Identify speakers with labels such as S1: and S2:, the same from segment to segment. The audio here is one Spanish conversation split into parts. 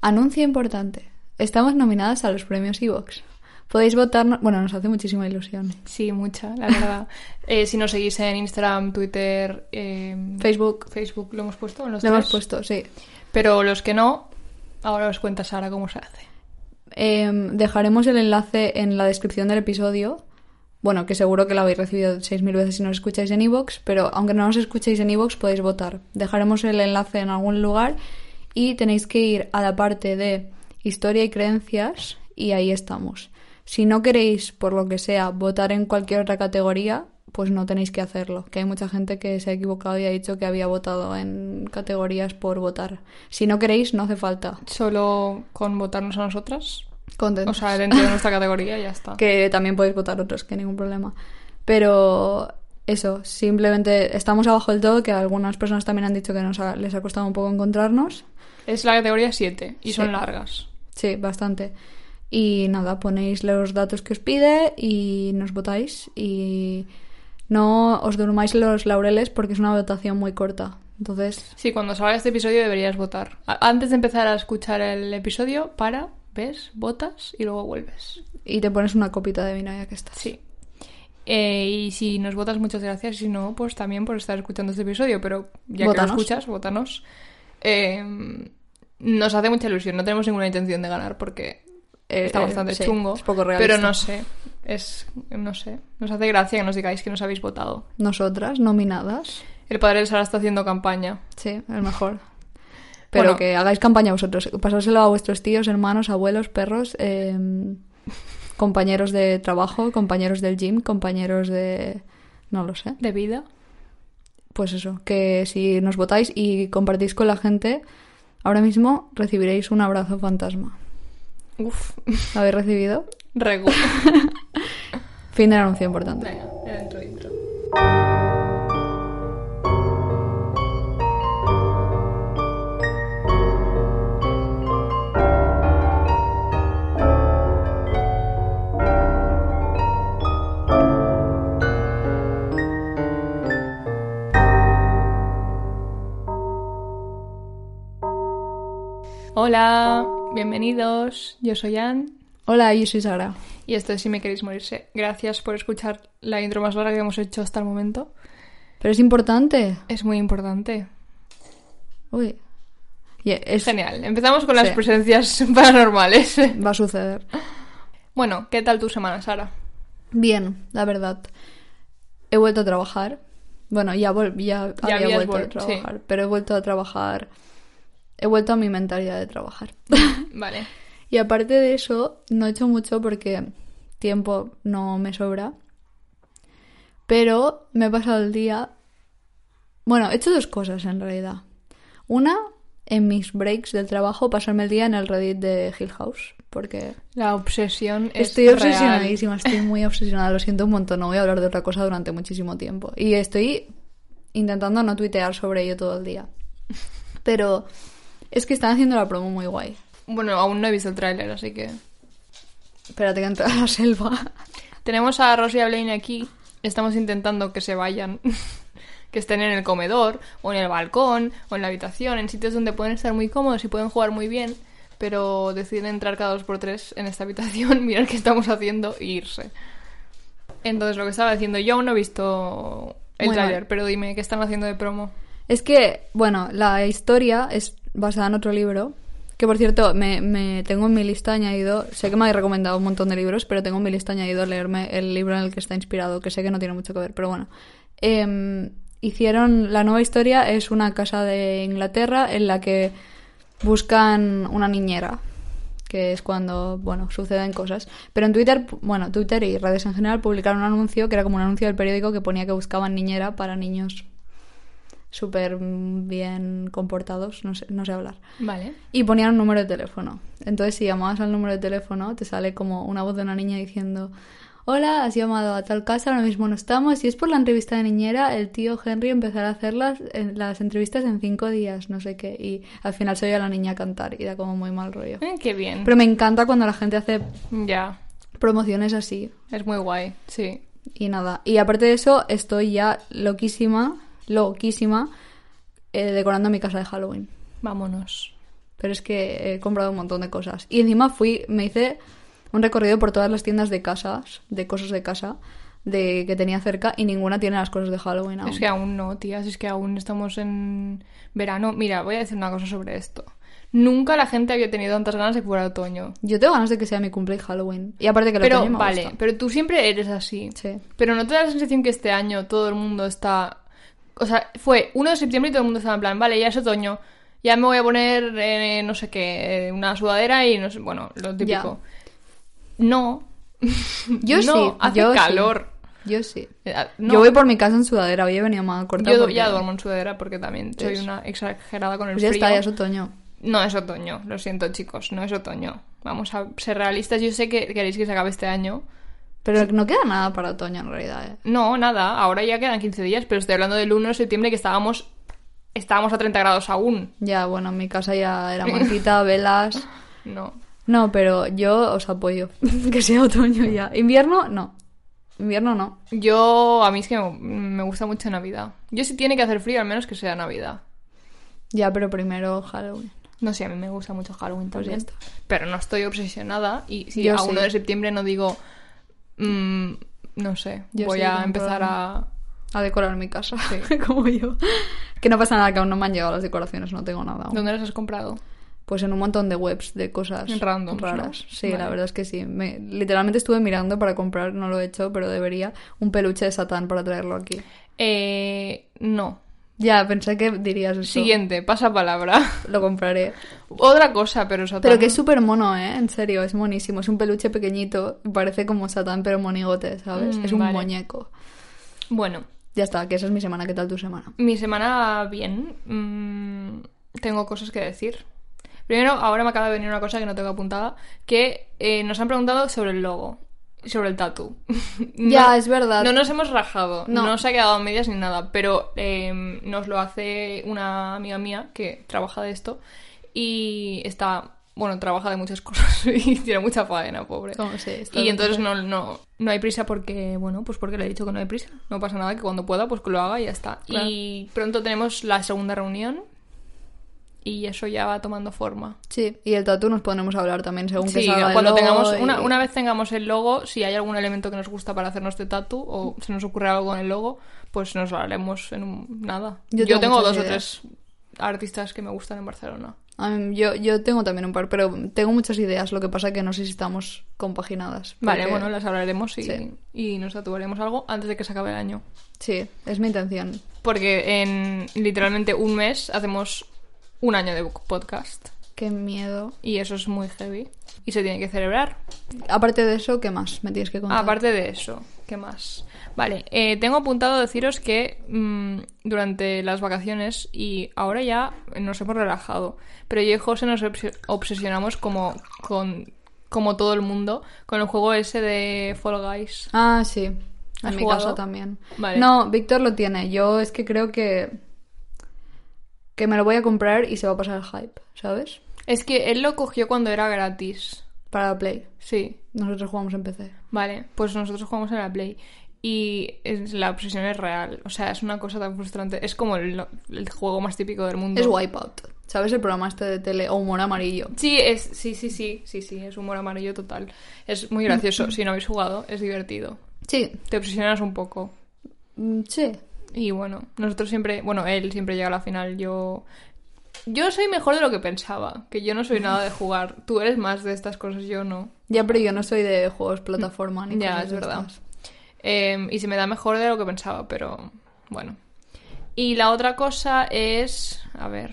S1: Anuncio importante. Estamos nominadas a los premios Evox. Podéis votarnos. Bueno, nos hace muchísima ilusión.
S2: Sí, mucha, la verdad. Eh, si nos seguís en Instagram, Twitter, eh,
S1: Facebook.
S2: Facebook, ¿lo hemos puesto? en los
S1: Lo hemos
S2: tres?
S1: puesto, sí.
S2: Pero los que no, ahora os cuenta Sara cómo se hace.
S1: Eh, dejaremos el enlace en la descripción del episodio. Bueno, que seguro que lo habéis recibido 6.000 veces si nos escucháis en iVoox, pero aunque no nos escuchéis en iVoox podéis votar. Dejaremos el enlace en algún lugar y tenéis que ir a la parte de historia y creencias y ahí estamos. Si no queréis, por lo que sea, votar en cualquier otra categoría, pues no tenéis que hacerlo. Que hay mucha gente que se ha equivocado y ha dicho que había votado en categorías por votar. Si no queréis, no hace falta.
S2: Solo con votarnos a nosotras.
S1: Contentos.
S2: O sea, dentro de nuestra categoría ya está.
S1: que también podéis votar otros, que ningún problema. Pero eso, simplemente estamos abajo del todo, que algunas personas también han dicho que nos ha- les ha costado un poco encontrarnos.
S2: Es la categoría 7 y
S1: Sí.
S2: son largas.
S1: Sí, bastante. Y nada, ponéis los datos que os pide y nos votáis. Y no os durmáis los laureles porque es una votación muy corta. Entonces,
S2: Sí, cuando salga este episodio deberías votar. A- Antes de empezar a escuchar el episodio, para, ves, votas y luego vuelves.
S1: y te pones una copita de vino ya que estás.
S2: Sí. Eh, y si nos votas, muchas gracias. Si no, pues también por estar escuchando este episodio. Pero ya
S1: Vótanos.
S2: que lo escuchas, votanos. nos hace mucha ilusión. No tenemos ninguna intención de ganar porque
S1: Eh,
S2: está
S1: eh,
S2: bastante
S1: sí,
S2: chungo.
S1: es poco realista.
S2: Pero no sé. Es, no sé. Nos hace gracia que nos digáis que nos habéis votado.
S1: Nosotras, nominadas.
S2: El padre de Sara está haciendo campaña.
S1: Sí, el mejor. Pero
S2: Bueno.
S1: que hagáis campaña vosotros. Pasárselo a vuestros tíos, hermanos, abuelos, perros, eh, compañeros de trabajo, compañeros del gym, compañeros de... No lo sé.
S2: De vida.
S1: Pues eso, que si nos votáis y compartís con la gente, ahora mismo recibiréis un abrazo fantasma.
S2: Uf.
S1: ¿Lo habéis recibido?
S2: Regu.
S1: Fin del anuncio importante.
S2: Venga, era intro, intro. Hola, bienvenidos. Yo soy Ann
S1: Hola, yo soy Sara.
S2: y esto es Si me queréis morirse. Gracias por escuchar la intro más larga que hemos hecho hasta el momento.
S1: Pero es importante.
S2: Es muy importante.
S1: Uy. Y es,
S2: Genial. Empezamos con las
S1: Sí.
S2: presencias paranormales.
S1: va a suceder.
S2: Bueno, ¿qué tal tu semana, Sara?
S1: Bien, la verdad. He vuelto a trabajar. Bueno, ya, vol- ya,
S2: Ya
S1: había
S2: habías
S1: vuelto a
S2: vuel-
S1: trabajar, pero he vuelto a trabajar. He vuelto a mi mentalidad de trabajar.
S2: Vale.
S1: y aparte de eso, no he hecho mucho porque tiempo no me sobra. Pero me he pasado el día. Bueno, he hecho dos cosas en realidad. Una, en mis breaks del trabajo, pasarme el día en el Reddit de Hill House, porque
S2: La obsesión es
S1: Estoy
S2: real.
S1: obsesionadísima, estoy muy obsesionada, lo siento un montón, no voy a hablar de otra cosa durante muchísimo tiempo. Y estoy intentando no tuitear sobre ello todo el día. Pero es que están haciendo la promo muy guay.
S2: Bueno, aún no he visto el tráiler, así que...
S1: Espérate que entra a la selva.
S2: Tenemos a Rosie y a Blaine aquí. Estamos intentando que se vayan. que estén en el comedor, o en el balcón, o en la habitación, en sitios donde pueden estar muy cómodos y pueden jugar muy bien. Pero deciden entrar cada dos por tres en esta habitación, mirar qué estamos haciendo y irse. Entonces, lo que estaba diciendo, yo aún no he visto el
S1: Muy mal.
S2: tráiler, pero dime, ¿qué están haciendo de promo?
S1: Es que, bueno, la historia es basada en otro libro. Que por cierto, me, me tengo en mi lista añadido. Sé que me habéis recomendado un montón de libros, pero tengo en mi lista añadido leerme el libro en el que está inspirado, que sé que no tiene mucho que ver, pero bueno. Em, hicieron. La nueva historia es una casa de Inglaterra en la que buscan una niñera que es cuando, bueno, suceden cosas. Pero en Twitter, pu- bueno, Twitter y redes en general publicaron un anuncio que era como un anuncio del periódico que ponía que buscaban niñera para niños súper mm, bien comportados, no sé, no sé hablar.
S2: Vale.
S1: Y ponían un número de teléfono. Entonces, si llamabas al número de teléfono, te sale como una voz de una niña diciendo: Hola, has llamado a tal casa, ahora mismo no estamos. Y es por la entrevista de niñera, el tío Henry empezará a hacer las, en- las entrevistas en cinco días, no sé qué. Y al final se oye a la niña cantar y da como muy mal rollo.
S2: Eh, qué bien.
S1: Pero me encanta cuando la gente hace
S2: Ya,
S1: promociones así.
S2: es muy guay, sí.
S1: Y nada. Y aparte de eso, estoy ya loquísima, loquísima, eh, decorando mi casa de Halloween.
S2: Vámonos.
S1: pero es que he comprado un montón de cosas. Y encima fui, me hice un recorrido por todas las tiendas de casas, de cosas de casa, de que tenía cerca y ninguna tiene las cosas de Halloween aún.
S2: Es que aún no, tías, es que aún estamos en verano. Mira, voy a decir una cosa sobre esto. Nunca la gente había tenido tantas ganas de jugar a otoño.
S1: Yo tengo ganas de que sea mi cumple y Halloween. Y aparte que el
S2: Pero
S1: otoño me
S2: vale,
S1: gusta.
S2: pero tú siempre eres así.
S1: Sí.
S2: Pero no te da la sensación que este año todo el mundo está. O sea, fue 1 de septiembre y todo el mundo estaba en plan, vale, ya es otoño, ya me voy a poner, eh, no sé qué, eh, una sudadera y no sé, bueno, lo típico. No.
S1: Yo
S2: no,
S1: sí.
S2: hace
S1: yo sí.
S2: calor.
S1: Yo sí.
S2: Eh, ah, no.
S1: Yo voy por mi casa en sudadera, hoy he venido más corta.
S2: Yo du-
S1: porque-
S2: ya duermo en sudadera porque también soy
S1: Es.
S2: una exagerada con el
S1: Pues ya
S2: frío.
S1: está, ya es otoño.
S2: No es otoño, lo siento chicos, no es otoño. Vamos a ser realistas, yo sé que queréis que se acabe este año.
S1: Pero no queda nada para otoño en realidad. ¿eh?
S2: No, nada, ahora ya quedan 15 días, pero estoy hablando del 1 de septiembre que estábamos estábamos a 30 grados aún.
S1: Ya, bueno, en mi casa ya era mantita, velas.
S2: No.
S1: No, pero yo os apoyo. que sea otoño ya. Invierno, no. Invierno, no.
S2: Yo, a mí es que me- me gusta mucho Navidad. Yo si tiene que hacer frío, al menos que sea Navidad.
S1: Ya, pero primero Halloween.
S2: No sé, a mí me gusta mucho Halloween
S1: Pues ya
S2: también. Pero no estoy obsesionada y si
S1: Yo
S2: a
S1: sí.
S2: 1 de septiembre no digo, mm, no sé,
S1: Yo
S2: voy
S1: sí,
S2: a
S1: con
S2: empezar a...
S1: A decorar mi casa, como yo. Que no pasa nada, que aún no me han llegado las decoraciones, no tengo nada. aún.
S2: ¿Dónde las has comprado?
S1: Pues en un montón de webs de cosas
S2: Randoms,
S1: raras.
S2: ¿no?
S1: Sí, la
S2: Vale.
S1: verdad es que sí. Me- literalmente estuve mirando para comprar, no lo he hecho, pero debería, un peluche de Satán para traerlo aquí.
S2: Eh, no.
S1: Ya, pensé que dirías esto.
S2: Siguiente, pasa palabra.
S1: Lo compraré.
S2: Otra cosa, pero Satán.
S1: Pero que es súper mono, ¿eh? En serio, es monísimo. Es un peluche pequeñito, parece como Satán, pero monigote, ¿sabes?
S2: Mm,
S1: es un
S2: vale.
S1: muñeco.
S2: Bueno,
S1: Ya está, que esa es mi semana. ¿Qué tal tu semana?
S2: mi semana bien. Mm, tengo cosas que decir. Primero, ahora me acaba de venir una cosa que no tengo apuntada, que eh, nos han preguntado sobre el logo, sobre el tatu. No-
S1: Ya, es verdad.
S2: No nos hemos rajado,
S1: No.
S2: no, se ha quedado a medias ni nada, pero eh, nos lo hace una amiga mía que trabaja de esto y está, bueno, trabaja de muchas cosas y tiene mucha faena, pobre.
S1: Como sí, está
S2: Y
S1: bien.
S2: entonces no, no, no hay prisa porque, bueno, pues porque le he dicho que no hay prisa. No pasa nada, que cuando pueda, pues que lo haga y ya está.
S1: Claro.
S2: Y pronto tenemos la segunda reunión y eso ya va tomando forma.
S1: Sí, y el tatu nos pondremos a hablar también según que
S2: Sí,
S1: salga el
S2: cuando
S1: logo
S2: tengamos,
S1: y-
S2: una, una vez tengamos el logo, si hay algún elemento que nos gusta para hacernos de tatu o se nos ocurre algo con el logo, pues nos lo haremos en un- nada.
S1: Yo
S2: Yo,
S1: tengo
S2: tengo
S1: muchas
S2: dos
S1: ideas.
S2: o tres artistas que me gustan en Barcelona.
S1: A mí- yo, yo tengo también un par, pero tengo muchas ideas, lo que pasa que no sé si estamos compaginadas.
S2: Vale,
S1: porque-
S2: bueno, las hablaremos y,
S1: Sí.
S2: y nos tatuaremos algo antes de que se acabe el año.
S1: Sí, es mi intención.
S2: Porque en literalmente un mes hacemos un año de podcast.
S1: Qué miedo.
S2: Y eso es muy heavy. Y se tiene que celebrar.
S1: Aparte de eso, ¿qué más me tienes que contar?
S2: Aparte de eso, ¿qué más? Vale, eh, tengo apuntado deciros que mm, durante las vacaciones y ahora ya nos hemos relajado, pero yo y José nos obs- obsesionamos como con como todo el mundo con el juego ese de Fall Guys.
S1: Ah, sí.
S2: ¿Has
S1: En mi
S2: jugado?
S1: casa también.
S2: Vale.
S1: No, Víctor lo tiene. Yo es que creo que. que me lo voy a comprar y se va a pasar el hype, ¿sabes?
S2: Es que él lo cogió cuando era gratis.
S1: Para la Play.
S2: Sí,
S1: Nosotros jugamos en PC.
S2: Vale, pues nosotros jugamos en la Play y es- la obsesión es real. O sea, es una cosa tan frustrante. Es como el, el juego más típico del mundo.
S1: Es Wipeout. ¿Sabes el programa este de tele o humor amarillo?
S2: Sí, es, sí, sí, sí, sí, sí, es humor amarillo total. Es muy gracioso. si no habéis jugado, es divertido.
S1: Sí.
S2: Te obsesionas un poco.
S1: Mm, Sí.
S2: Y bueno, nosotros siempre, bueno, él siempre llega a la final. Yo, yo soy mejor de lo que pensaba. Que yo no soy nada de jugar. Tú eres más de estas cosas, yo no.
S1: Ya, pero yo no soy de juegos plataforma ni
S2: Ya,
S1: cosas
S2: es
S1: de
S2: verdad.
S1: estas.
S2: Eh, y se me da mejor de lo que pensaba, pero bueno. Y la otra cosa es. A ver.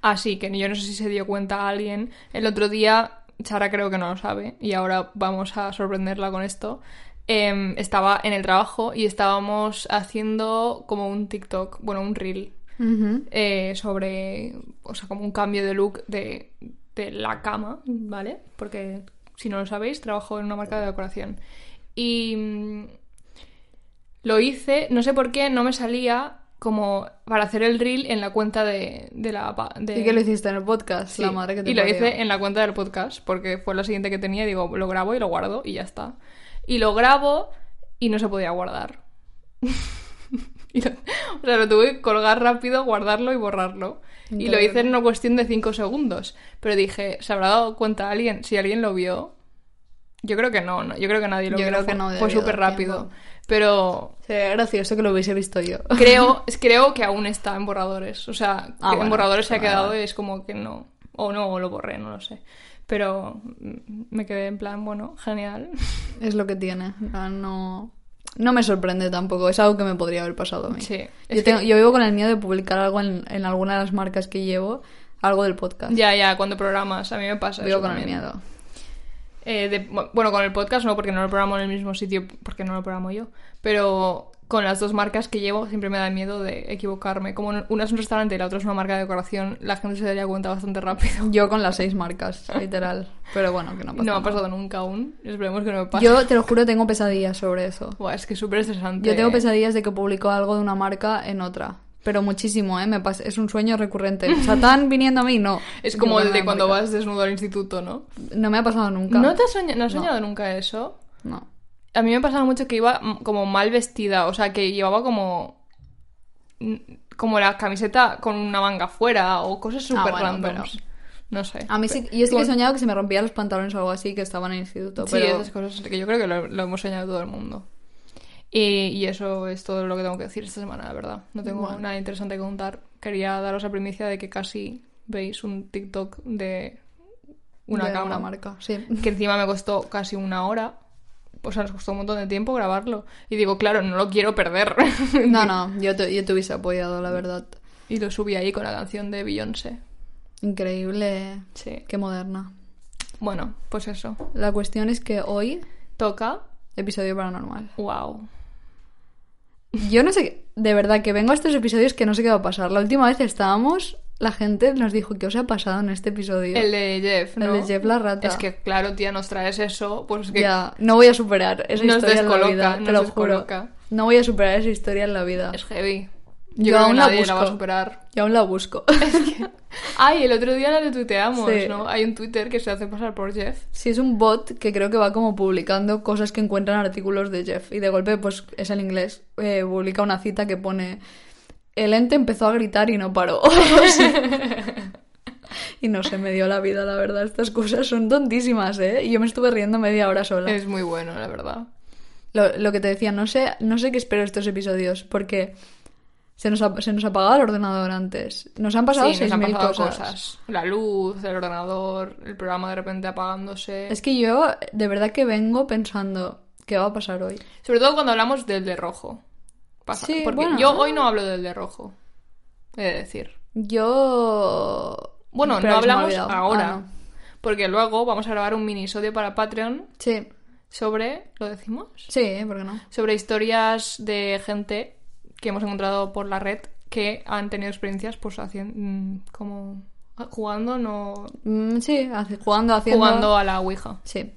S2: Así que yo no sé si se dio cuenta alguien. El otro día, Chara creo que no lo sabe, y ahora vamos a sorprenderla con esto. eh, estaba en el trabajo y estábamos haciendo como un TikTok, bueno, un reel
S1: Ujú.
S2: eh, sobre, o sea, como un cambio de look de, de la cama, ¿vale? Porque si no lo sabéis, trabajo en una marca de decoración. Y mm, lo hice, no sé por qué, no me salía como para hacer el reel en la cuenta de, de la... pa- De...
S1: ¿Y qué lo hiciste en el podcast?
S2: Eh, Sí,
S1: La madre que te
S2: Y lo
S1: parió.
S2: hice en la cuenta del podcast, porque fue lo siguiente que tenía, y digo, lo grabo y lo guardo y ya está. Y lo grabo y no se podía guardar. Y lo- o sea, lo tuve que colgar rápido, guardarlo y borrarlo. Y lo hice en una cuestión de 5 segundos. Pero dije, ¿se habrá dado cuenta alguien? Si alguien lo vio. Yo creo que no, no yo creo que nadie lo
S1: Yo
S2: vio.
S1: creo
S2: fue-
S1: que no
S2: Fue
S1: debió
S2: súper
S1: dar
S2: rápido.
S1: tiempo.
S2: Pero
S1: Sería gracioso que lo hubiese visto yo.
S2: creo, es- creo que aún está en borradores. O sea,
S1: Ah,
S2: que en
S1: bueno,
S2: borradores se ha
S1: vale,
S2: quedado
S1: vale.
S2: y es como que no. O no, o lo borré, no lo sé. Pero mm, me quedé en plan, bueno, genial.
S1: Es lo que tiene. No, no, no me sorprende tampoco. Es algo que me podría haber pasado a mí.
S2: Sí.
S1: Yo,
S2: Es que-
S1: tengo- yo vivo con el miedo de publicar algo en, en alguna de las marcas que llevo, algo del podcast.
S2: Ya, ya, cuando programas, a mí me pasa
S1: vivo
S2: eso
S1: con el
S2: también.
S1: miedo.
S2: Eh, de- bueno, con el podcast no, porque no lo programo en el mismo sitio, porque no lo programo yo. Pero con las dos marcas que llevo siempre me da miedo de equivocarme. Como en- una es un restaurante y la otra es una marca de decoración, la gente se daría cuenta bastante rápido.
S1: Yo con las seis marcas, literal. Pero bueno, que no
S2: No,
S1: pasa
S2: me ha
S1: nada.
S2: pasado nunca aún. Esperemos que no me pase.
S1: Yo te lo juro, tengo pesadillas sobre eso.
S2: Buah, es que es súper estresante.
S1: Yo tengo pesadillas de que publico algo de una marca en otra. Pero muchísimo, ¿eh? Me pas- es un sueño recurrente. Satán viniendo a mí, no.
S2: Es como
S1: Yo
S2: el
S1: con
S2: de
S1: la
S2: cuando
S1: marca.
S2: vas desnudo al instituto, ¿no?
S1: No me ha pasado nunca.
S2: ¿No te has soñado, no has soñado nunca eso?
S1: No.
S2: A mí me pasaba mucho que iba mm, como mal vestida, o sea, que llevaba como. mm, como la camiseta con una manga fuera o cosas súper
S1: bueno,
S2: randoms.
S1: pero-
S2: No sé.
S1: A mí sí, yo sí que he soñado que se me rompían los pantalones o algo así, que estaba en el instituto.
S2: Sí,
S1: pero
S2: esas cosas que yo creo que lo, lo hemos soñado todo el mundo. Y, y eso es todo lo que tengo que decir esta semana, la verdad. No tengo
S1: Bueno.
S2: nada interesante que contar. Quería daros la primicia de que casi veis un TikTok de una
S1: de
S2: cama.
S1: marca, sí.
S2: que encima me costó casi una hora. O sea, nos costó un montón de tiempo grabarlo. Y digo, claro, no lo quiero perder.
S1: No, no, yo te, yo te hubiese apoyado, la verdad.
S2: Y lo subí ahí con la canción de Beyoncé.
S1: Increíble.
S2: Sí.
S1: Qué moderna.
S2: Bueno, pues eso.
S1: La cuestión es que hoy,
S2: Toca.
S1: episodio paranormal.
S2: Wow.
S1: Yo no sé, qué- de verdad que vengo a estos episodios que no sé qué va a pasar. La última vez estábamos, la gente nos dijo que os ha pasado en este episodio.
S2: El de Jeff,
S1: El
S2: ¿no?
S1: de Jeff la rata.
S2: Es que, claro, tía, nos traes eso. Pues es que.
S1: Ya, no voy a superar esa
S2: Nos
S1: historia en la
S2: descoloca,
S1: vida,
S2: nos
S1: te lo juro.
S2: descoloca.
S1: No voy a superar esa historia en la vida.
S2: Es heavy.
S1: Yo
S2: Yo, creo que
S1: aún la
S2: nadie la va a
S1: busco.
S2: superar.
S1: Y aún la busco.
S2: Ay, el otro día la retuiteamos,
S1: Sí.
S2: ¿no? Hay un Twitter que se hace pasar por Jeff.
S1: Sí, es un bot que creo que va como publicando cosas que encuentran artículos de Jeff. Y de golpe, pues es el inglés. eh, publica una cita que pone: El ente empezó a gritar y no paró. y no se me dio la vida, la verdad. Estas cosas son tontísimas, ¿eh? Y yo me estuve riendo media hora sola.
S2: Es muy bueno, la verdad.
S1: Lo, lo que te decía, no sé, no sé qué espero estos episodios, porque se nos, ha- se nos apagaba el ordenador antes. Nos han pasado
S2: Sí, nos han
S1: 6.000
S2: pasado
S1: cosas.
S2: cosas. La luz, el ordenador, el programa de repente apagándose.
S1: Es que yo de verdad que vengo pensando, ¿qué va a pasar hoy?
S2: Sobre todo cuando hablamos del de rojo. Pasa-
S1: Sí,
S2: porque
S1: bueno.
S2: yo hoy no hablo del de rojo. He de decir.
S1: Yo...
S2: Bueno,
S1: Pero
S2: no
S1: se me ha
S2: hablamos
S1: olvidado.
S2: ahora.
S1: Ah, no.
S2: Porque luego vamos a grabar un minisodio para Patreon
S1: Sí,
S2: sobre. ¿Lo decimos?
S1: sí, ¿eh? ¿por qué no?
S2: Sobre historias de gente que hemos encontrado por la red que han tenido experiencias, pues haciendo. como. jugando, no.
S1: Mm, sí, hace- jugando, haciendo...
S2: jugando a la Ouija.
S1: Sí.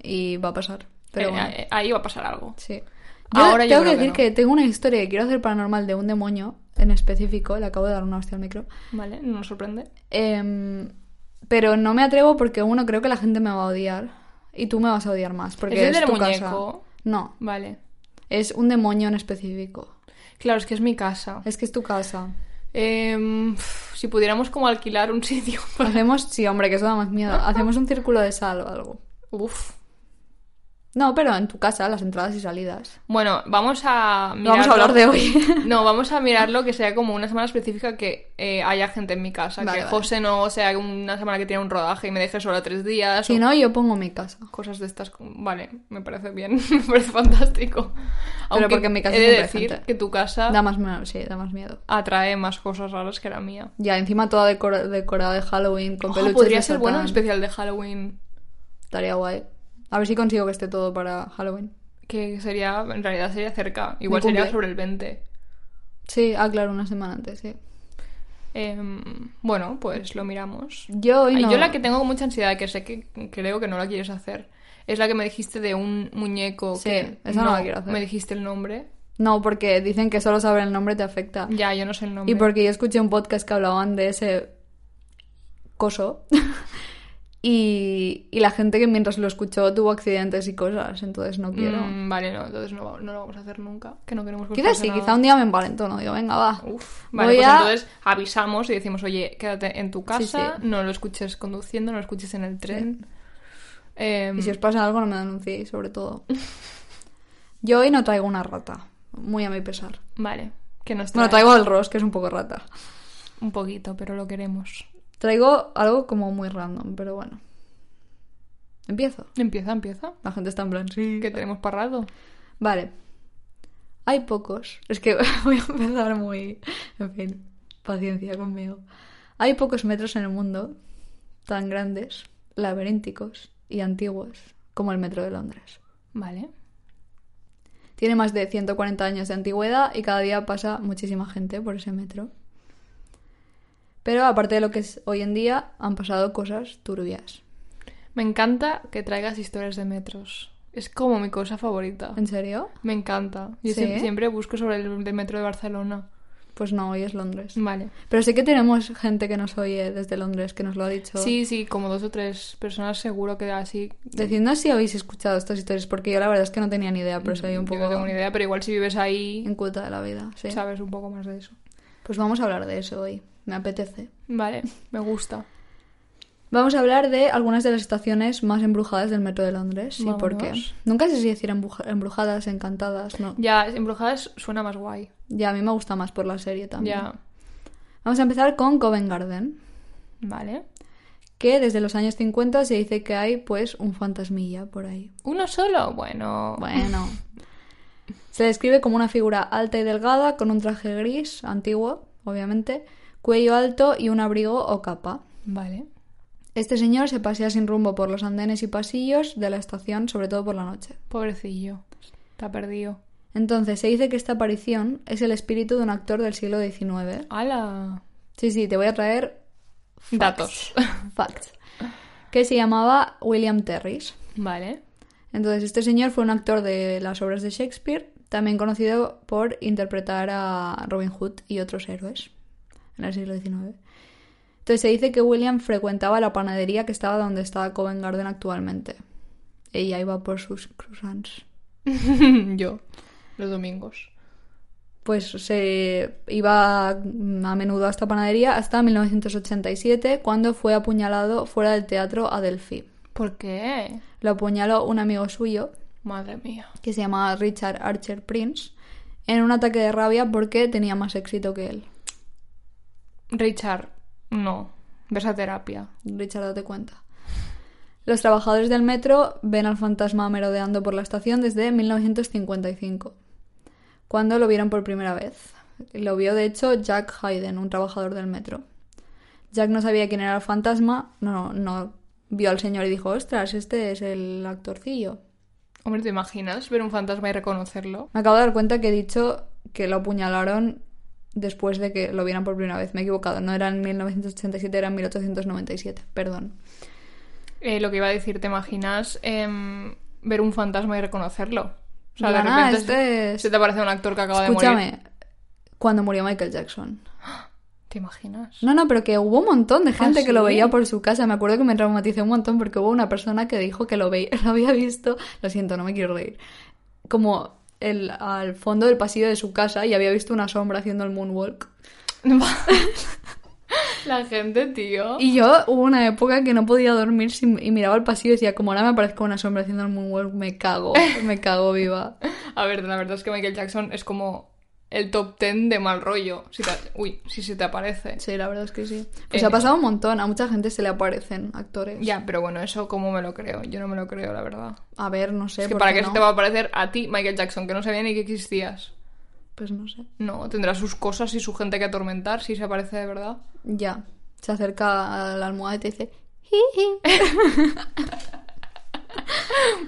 S1: Y va a pasar. Pero
S2: Eh,
S1: bueno,
S2: eh, ahí va a pasar algo.
S1: sí.
S2: ahora yo
S1: tengo
S2: creo
S1: que
S2: que
S1: decir
S2: no.
S1: que, tengo una historia que quiero hacer paranormal de un demonio en específico. Le acabo de dar una hostia al micro.
S2: ¿Vale? No nos sorprende.
S1: Em, pero no me atrevo porque uno creo que la gente me va a odiar y tú me vas a odiar más porque
S2: ¿Es el
S1: es,
S2: del
S1: tu
S2: muñeco?
S1: casa. No,
S2: Vale.
S1: es un demonio en específico.
S2: Claro, es que es mi casa.
S1: Es que es tu casa.
S2: Em, pf, si pudiéramos como alquilar un sitio para...
S1: Hacemos, sí, hombre, que eso da más miedo. Hacemos un círculo de sal o algo.
S2: Uf.
S1: No, pero en tu casa, las entradas y salidas.
S2: Bueno, vamos a
S1: No vamos a
S2: mirarlo.
S1: hablar de hoy.
S2: No, vamos a mirarlo que sea como una semana específica que eh, haya gente en mi casa.
S1: Vale,
S2: que
S1: vale.
S2: José no sea una semana que tiene un rodaje y me deje sola tres días.
S1: si
S2: o
S1: no, yo pongo mi casa.
S2: Cosas de estas. como- Vale, me parece bien. me parece fantástico. Aunque
S1: porque en mi casa
S2: he de
S1: siempre hay
S2: decir
S1: gente.
S2: que tu casa
S1: Da más miedo, sí, da más miedo.
S2: atrae más cosas raras que la mía.
S1: Ya, encima toda decora- decorada de Halloween con
S2: Ojo,
S1: peluches.
S2: podría
S1: de
S2: ser bueno un
S1: Satán.
S2: especial de Halloween.
S1: Estaría guay. A ver si consigo que esté todo para Halloween.
S2: Que sería, en realidad sería cerca. Igual
S1: Mi
S2: sería
S1: cumple.
S2: sobre el 20.
S1: Sí, ah, claro, una semana antes, sí.
S2: Em, bueno, pues lo miramos.
S1: Yo hoy
S2: Ay,
S1: no.
S2: Yo la que tengo mucha ansiedad, que sé que creo que no la quieres hacer, es la que me dijiste de un muñeco.
S1: Sí,
S2: que
S1: esa no la quiero hacer.
S2: Me dijiste el nombre.
S1: No, porque dicen que solo saber el nombre te afecta.
S2: Ya, yo no sé el nombre.
S1: Y porque yo escuché un podcast que hablaban de ese coso Y, y la gente que mientras lo escuchó tuvo accidentes y cosas, entonces no quiero.
S2: Mm, vale, no, entonces no, va- no lo vamos a hacer nunca. Que no queremos
S1: Quizás
S2: buscarse
S1: sí,
S2: nada.
S1: quizá un día me envalentono, digo, venga, va.
S2: Uf, vale,
S1: Voy
S2: pues
S1: a-
S2: entonces avisamos y decimos, oye, quédate en tu casa,
S1: sí.
S2: no lo escuches conduciendo, no lo escuches en el tren. Em,
S1: Y si os pasa algo, no me denunciéis, sobre todo. Yo hoy no traigo una rata, muy a mi pesar.
S2: Vale, que nos
S1: Bueno,
S2: traes
S1: traigo el Ross, que es un poco rata.
S2: un poquito, pero lo queremos.
S1: Traigo algo como muy random, pero bueno. Empiezo.
S2: Empieza, empieza.
S1: La gente está en plan, sí.
S2: Que tenemos parrado.
S1: Vale. Hay pocos. Es que voy a empezar muy. En fin, paciencia conmigo. Hay pocos metros en el mundo tan grandes, laberínticos y antiguos como el metro de Londres.
S2: Vale.
S1: Tiene más de 140 años de antigüedad y cada día pasa muchísima gente por ese metro. Pero aparte de lo que es hoy en día, han pasado cosas turbias.
S2: Me encanta que traigas historias de metros. Es como mi cosa favorita.
S1: ¿En serio?
S2: Me encanta. Yo
S1: ¿Sí?
S2: siem- siempre busco sobre el de metro de Barcelona.
S1: Pues no, hoy es Londres.
S2: Vale.
S1: Pero sé que tenemos gente que nos oye desde Londres que nos lo ha dicho.
S2: Sí, sí, como dos o tres personas seguro que así.
S1: Decidnos si habéis escuchado estas historias, porque yo la verdad es que no tenía ni idea, pero soy Pues un
S2: Mm, Yo
S1: poco
S2: no tengo ni idea, pero igual si vives ahí,
S1: inculta de la vida. sí.
S2: sabes un poco más de eso.
S1: Pues vamos a hablar de eso hoy, me apetece.
S2: Vale, me gusta.
S1: Vamos a hablar de algunas de las estaciones más embrujadas del metro de Londres y por qué.
S2: Vámonos.
S1: Nunca sé si decir embruja- embrujadas, encantadas, no.
S2: Ya, embrujadas suena más guay.
S1: Ya, a mí me gusta más por la serie también.
S2: Ya.
S1: Vamos a empezar con Covent Garden,
S2: Vale.
S1: que desde los años 50 se dice que hay pues un fantasmilla por ahí.
S2: ¿Uno solo? Bueno.
S1: Bueno. Se describe como una figura alta y delgada, con un traje gris, antiguo, obviamente, cuello alto y un abrigo o capa.
S2: Vale.
S1: Este señor se pasea sin rumbo por los andenes y pasillos de la estación, sobre todo por la noche.
S2: Pobrecillo. Está perdido.
S1: Entonces, se dice que esta aparición es el espíritu de un actor del siglo XIX.
S2: ¡Hala!
S1: Sí, sí, te voy a traer
S2: Datos.
S1: facts. Que se llamaba William Terris.
S2: Vale.
S1: Entonces, este señor fue un actor de las obras de Shakespeare, también conocido por interpretar a Robin Hood y otros héroes en el siglo XIX. Entonces, se dice que William frecuentaba la panadería que estaba donde está Covent Garden actualmente. Ella iba por sus croissants.
S2: Yo. Los domingos.
S1: Pues se iba a menudo a esta panadería hasta 1987, cuando fue apuñalado fuera del teatro Adelphi.
S2: ¿Por qué?
S1: Lo apuñaló un amigo suyo,
S2: Madre mía.
S1: que se llamaba Richard Archer Prince, en un ataque de rabia porque tenía más éxito que él.
S2: Richard, no. Ves a terapia.
S1: Richard, date cuenta. Los trabajadores del metro ven al fantasma merodeando por la estación desde 1955, cuando lo vieron por primera vez. Lo vio, de hecho, Jack Hayden, un trabajador del metro. Jack no sabía quién era el fantasma, no, no vio al señor y dijo, ostras, este es el actorcillo.
S2: Hombre, ¿te imaginas ver un fantasma y reconocerlo?
S1: Me acabo de dar cuenta que he dicho que lo apuñalaron después de que lo vieran por primera vez. Me he equivocado. No era en 1987, era en 1897. Perdón.
S2: Eh, lo que iba a decir, ¿te imaginas em, ver un fantasma y reconocerlo? O sea,
S1: Digan,
S2: de
S1: "Ah,
S2: repente
S1: este es-
S2: se te aparece un actor que acaba de morir.
S1: Escúchame. Cuando murió Michael Jackson.
S2: ¿Te imaginas?
S1: No, no, pero que hubo un montón de gente
S2: ¿Ah,
S1: que lo
S2: sí?
S1: veía por su casa. Me acuerdo que me traumaticé un montón porque hubo una persona que dijo que lo, ve- lo había visto. Lo siento, no me quiero reír. Como el, al fondo del pasillo de su casa y había visto una sombra haciendo el moonwalk.
S2: La gente, tío.
S1: Y yo hubo una época que no podía dormir sin- y miraba al pasillo y decía, como ahora me aparezco una sombra haciendo el moonwalk, me cago, me cago viva.
S2: A ver, la verdad es que Michael Jackson es como el top ten de mal rollo. Si te- Uy, si se te aparece.
S1: Sí, la verdad es que sí. Pues
S2: Eh.
S1: ha pasado un montón, a mucha gente se le aparecen actores.
S2: Ya, pero bueno, eso cómo me lo creo. Yo no me lo creo, la verdad.
S1: A ver, no sé.
S2: Es que
S1: ¿por
S2: para
S1: qué
S2: qué
S1: no?
S2: se te va a aparecer a ti Michael Jackson, que no sabía ni que existías.
S1: Pues no sé.
S2: No, tendrá sus cosas y su gente que atormentar si se aparece de verdad.
S1: Ya. Se acerca a la almohada y te dice, "Jiji".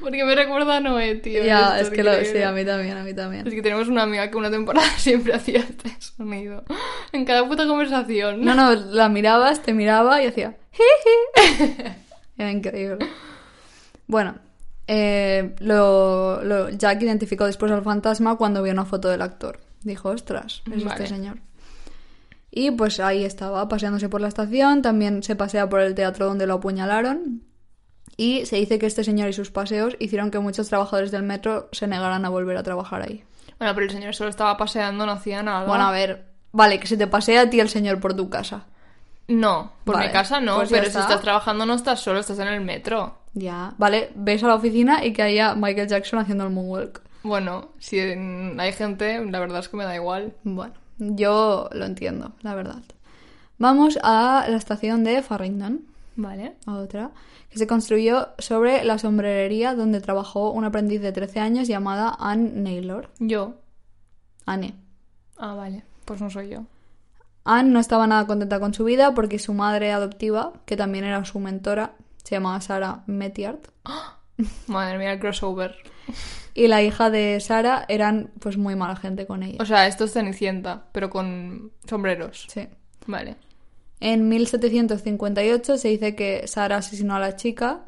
S2: Porque me recuerda a Noé, tío.
S1: ya,
S2: Esto
S1: es que lo, sí,
S2: increíble.
S1: a mí también, a mí también.
S2: Es que tenemos una amiga que una temporada siempre hacía este sonido. En cada puta conversación.
S1: No, no, la mirabas, te miraba y hacía. "Jiji". Era increíble. Bueno, eh, lo, lo- Jack identificó después al fantasma cuando vio una foto del actor. Dijo, ostras, es
S2: Vale.
S1: este señor. Y pues ahí estaba, paseándose por la estación, también se pasea por el teatro donde lo apuñalaron. Y se dice que este señor y sus paseos hicieron que muchos trabajadores del metro se negaran a volver a trabajar ahí.
S2: Bueno, pero el señor solo estaba paseando, no hacía nada.
S1: Bueno, a ver, vale, que se te pasea a ti el señor por tu casa.
S2: No, por
S1: Vale,
S2: mi casa no,
S1: pues ya
S2: pero si
S1: está.
S2: estás trabajando no estás solo, estás en el metro.
S1: Ya, vale, ves a la oficina y que haya Michael Jackson haciendo el moonwalk.
S2: Bueno, si mm, hay gente, la verdad es que me da igual.
S1: Bueno, yo lo entiendo, la verdad. Vamos a la estación de Farringdon,
S2: Vale.
S1: a otra, que se construyó sobre la sombrerería donde trabajó un aprendiz de 13 años llamada Anne Naylor.
S2: Yo.
S1: Anne.
S2: Ah, vale. Pues no soy yo.
S1: Anne no estaba nada contenta con su vida porque su madre adoptiva, que también era su mentora, se llamaba Sarah Metiart,
S2: Madre mía, el crossover.
S1: y la hija de Sarah eran pues muy mala gente con ella.
S2: O sea, esto es Cenicienta, pero con sombreros.
S1: Sí.
S2: Vale.
S1: En 1758 se dice que Sara asesinó a la chica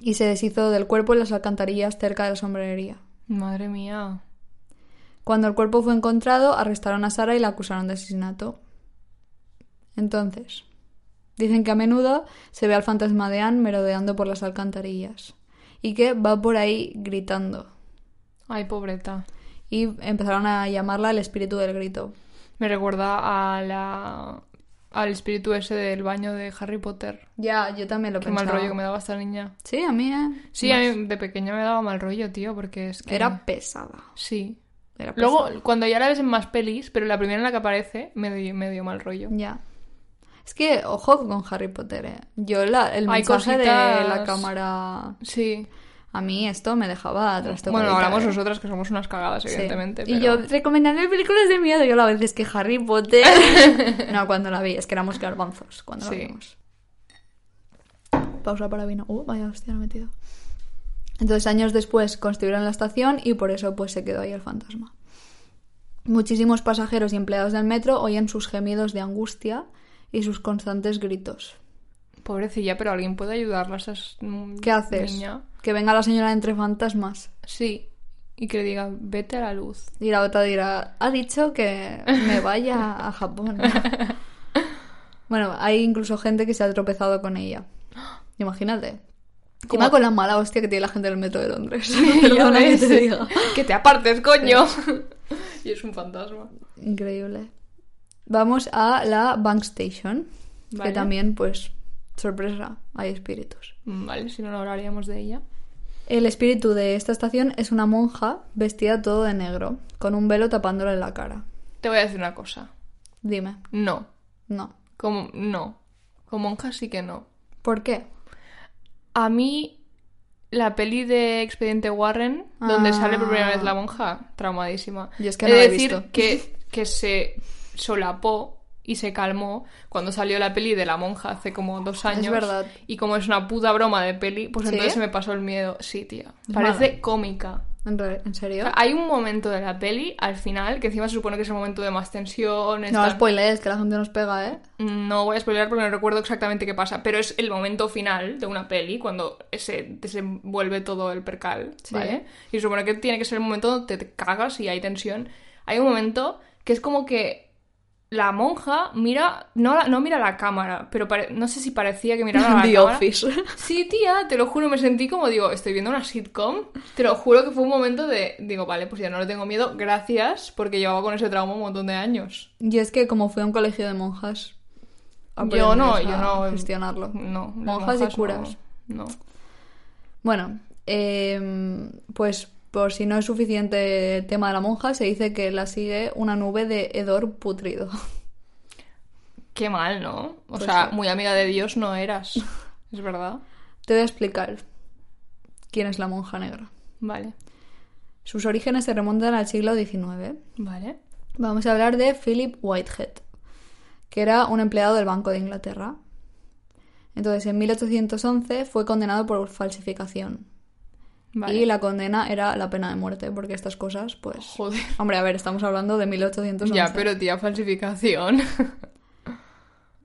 S1: y se deshizo del cuerpo en las alcantarillas cerca de la sombrerería.
S2: Madre mía.
S1: Cuando el cuerpo fue encontrado, arrestaron a Sara y la acusaron de asesinato. Entonces, dicen que a menudo se ve al fantasma de Anne merodeando por las alcantarillas y que va por ahí gritando.
S2: Ay, pobreta.
S1: Y empezaron a llamarla el espíritu del grito.
S2: Me recuerda a la... al espíritu ese del baño de Harry Potter.
S1: Ya, yo también lo
S2: Qué
S1: pensaba.
S2: mal rollo que me daba esta niña.
S1: Sí, a mí, ¿eh?
S2: Sí, a mí de pequeña me daba mal rollo, tío, porque es que...
S1: Era pesada.
S2: Sí.
S1: Era pesada.
S2: Luego, cuando ya la ves en más pelis, pero la primera en la que aparece, me dio, me dio mal rollo.
S1: Ya. Es que, ojo con Harry Potter, ¿eh? Yo la, el
S2: Hay
S1: mensaje de la
S2: cositas-
S1: cámara...
S2: Sí.
S1: A mí esto me dejaba trastocadita.
S2: Bueno, hablamos
S1: ¿eh?
S2: nosotras que somos unas cagadas,
S1: Sí.
S2: evidentemente.
S1: Y
S2: pero-
S1: yo recomendando películas de miedo, yo la vez es que Harry Potter... no, cuando la vi, es que éramos garbanzos cuando
S2: Sí.
S1: la vimos. Pausa para vino. Uh, vaya hostia, lo he metido. Entonces, años después construyeron la estación y por eso pues se quedó ahí el fantasma. Muchísimos pasajeros y empleados del metro oían sus gemidos de angustia y sus constantes gritos.
S2: Pobrecilla, pero alguien puede ayudarla. a esas- mm,
S1: ¿Qué haces?
S2: niña?
S1: Que venga la señora de entre fantasmas.
S2: Sí. Y que le diga, vete a la luz.
S1: Y la otra dirá, ha dicho que me vaya a Japón. bueno, hay incluso gente que se ha tropezado con ella. Imagínate. Encima
S2: ¿Cómo?
S1: con la mala hostia que tiene la gente del metro de Londres.
S2: Ya
S1: Perdona que
S2: ves.
S1: te diga.
S2: ¿eh? Que te apartes, coño. y es un fantasma.
S1: Increíble. Vamos a la Bank Station.
S2: Vale.
S1: Que también, pues, sorpresa, hay espíritus.
S2: Mm, Vale, si no, no hablaríamos de ella.
S1: El espíritu de esta estación es una monja vestida todo de negro, con un velo tapándole la cara.
S2: Te voy a decir una cosa.
S1: Dime,
S2: No.
S1: no.
S2: Como, no. Como monja sí que no.
S1: ¿Por qué?
S2: A mí, la peli de Expediente Warren, donde
S1: Ah.
S2: sale por primera vez la monja, traumadísima.
S1: Yo es que
S2: He
S1: no
S2: de
S1: la he
S2: decir
S1: visto.
S2: Que, que se solapó y se calmó cuando salió la peli de la monja hace como dos años.
S1: verdad.
S2: Y como es una puta broma de peli, pues
S1: ¿Sí?
S2: entonces se me pasó el miedo. Sí, tía.
S1: Es
S2: Parece
S1: mala.
S2: cómica.
S1: ¿En, re- en serio?
S2: O sea, hay un momento de la peli al final, que encima se supone que es el momento de más tensión.
S1: No lo
S2: están-
S1: spoilees, que la gente nos pega, ¿eh?
S2: no voy a spoilear porque no recuerdo exactamente qué pasa, pero es el momento final de una peli cuando se desenvuelve todo el percal,
S1: Sí.
S2: ¿vale? Y se supone que tiene que ser el momento donde te cagas y hay tensión. Hay un momento que es como que la monja mira, no, la- no mira la cámara, pero pare- no sé si parecía que miraba la
S1: The
S2: cámara.
S1: Office.
S2: Sí, tía, te lo juro, me sentí como digo, estoy viendo una sitcom. Te lo juro que fue un momento de, digo, vale, pues ya no le tengo miedo, gracias, porque llevaba con ese trauma un montón de años.
S1: Yo es que como fui a un colegio de monjas...
S2: Yo no,
S1: aprendes
S2: yo
S1: a
S2: no.
S1: gestionarlo.
S2: No, las
S1: Monjas y
S2: no,
S1: curas.
S2: No.
S1: Bueno, eh, pues por si no es suficiente el tema de la monja, se dice que la sigue una nube de hedor putrido.
S2: Qué mal, ¿no? O
S1: Pues
S2: sea,
S1: sí.
S2: muy amiga de Dios no eras. Es verdad.
S1: Te voy a explicar quién es la monja negra.
S2: Vale.
S1: Sus orígenes se remontan al siglo XIX.
S2: Vale.
S1: Vamos a hablar de Philip Whitehead, que era un empleado del Banco de Inglaterra. Entonces, en 1811 fue condenado por falsificación.
S2: Vale.
S1: Y la condena era la pena de muerte, porque estas cosas, pues...
S2: Joder.
S1: Hombre, a ver, estamos hablando de 1811.
S2: Ya, pero tía, falsificación.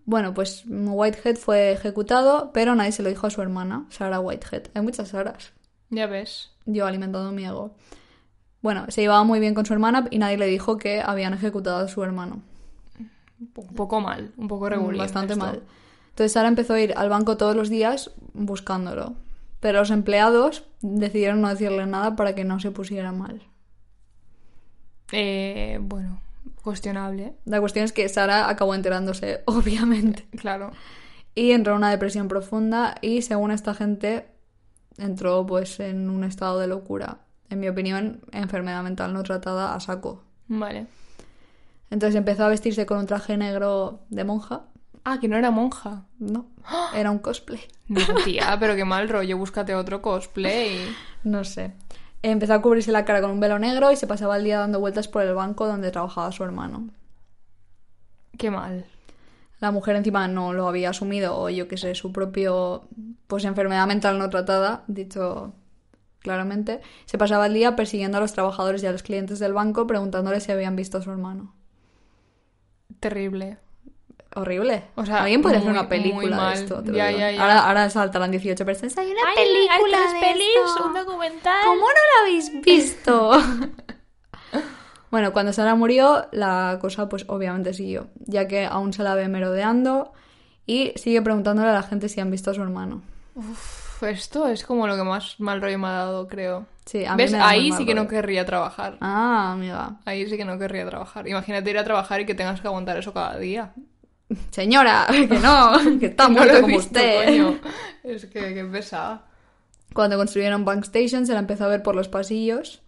S1: Bueno, pues Whitehead fue ejecutado, pero nadie se lo dijo a su hermana, Sarah Whitehead. Hay muchas Saras.
S2: ya ves.
S1: Yo alimentando mi ego. Bueno, se llevaba muy bien con su hermana y nadie le dijo que habían ejecutado a su hermano.
S2: un poco mal, un poco regular.
S1: Mm, Bastante mal. Entonces Sara empezó a ir al banco todos los días buscándolo. Pero los empleados decidieron no decirle nada para que no se pusiera mal.
S2: Eh, bueno, cuestionable,
S1: La cuestión es que Sara acabó enterándose, obviamente.
S2: claro.
S1: Y entró en una depresión profunda y según esta gente entró pues en un estado de locura. En mi opinión, enfermedad mental no tratada a saco.
S2: Vale.
S1: Entonces empezó a vestirse con un traje negro de monja.
S2: Ah, que no era monja.
S1: No, era un cosplay.
S2: No, tía, pero qué mal rollo, búscate otro cosplay.
S1: No sé. Empezó a cubrirse la cara con un velo negro y se pasaba el día dando vueltas por el banco donde trabajaba su hermano.
S2: Qué mal.
S1: La mujer encima no lo había asumido o yo qué sé, su propio pues enfermedad mental no tratada, dicho claramente, se pasaba el día persiguiendo a los trabajadores y a los clientes del banco preguntándoles si habían visto a su hermano.
S2: Terrible.
S1: Horrible.
S2: O sea,
S1: alguien podría hacer
S2: muy-
S1: una película
S2: muy
S1: de esto.
S2: mal.
S1: te lo
S2: Ya,
S1: digo.
S2: ya, ya.
S1: Ahora, ahora saltarán 18 personas. Hay una
S2: Hay- hay
S1: película.
S2: tres
S1: de
S2: pelis,
S1: esto".
S2: un documental.
S1: ¿Cómo no la habéis visto? bueno, cuando Sara murió, la cosa pues obviamente siguió, ya que aún se la ve merodeando y sigue preguntándole a la gente si han visto a su hermano.
S2: Uf, esto es como lo que más mal rollo me ha dado, creo.
S1: Sí, a mí
S2: ¿Ves?
S1: me da muy
S2: Ahí
S1: mal
S2: sí que no
S1: rollo.
S2: querría trabajar.
S1: Ah, amiga.
S2: Ahí sí que no querría trabajar. Imagínate ir a trabajar y que tengas que aguantar eso cada día.
S1: Señora, que no, que está
S2: No
S1: muerto
S2: lo he
S1: como
S2: visto,
S1: usted.
S2: coño. Es que qué pesada.
S1: Cuando construyeron Bank Station se la empezó a ver por los pasillos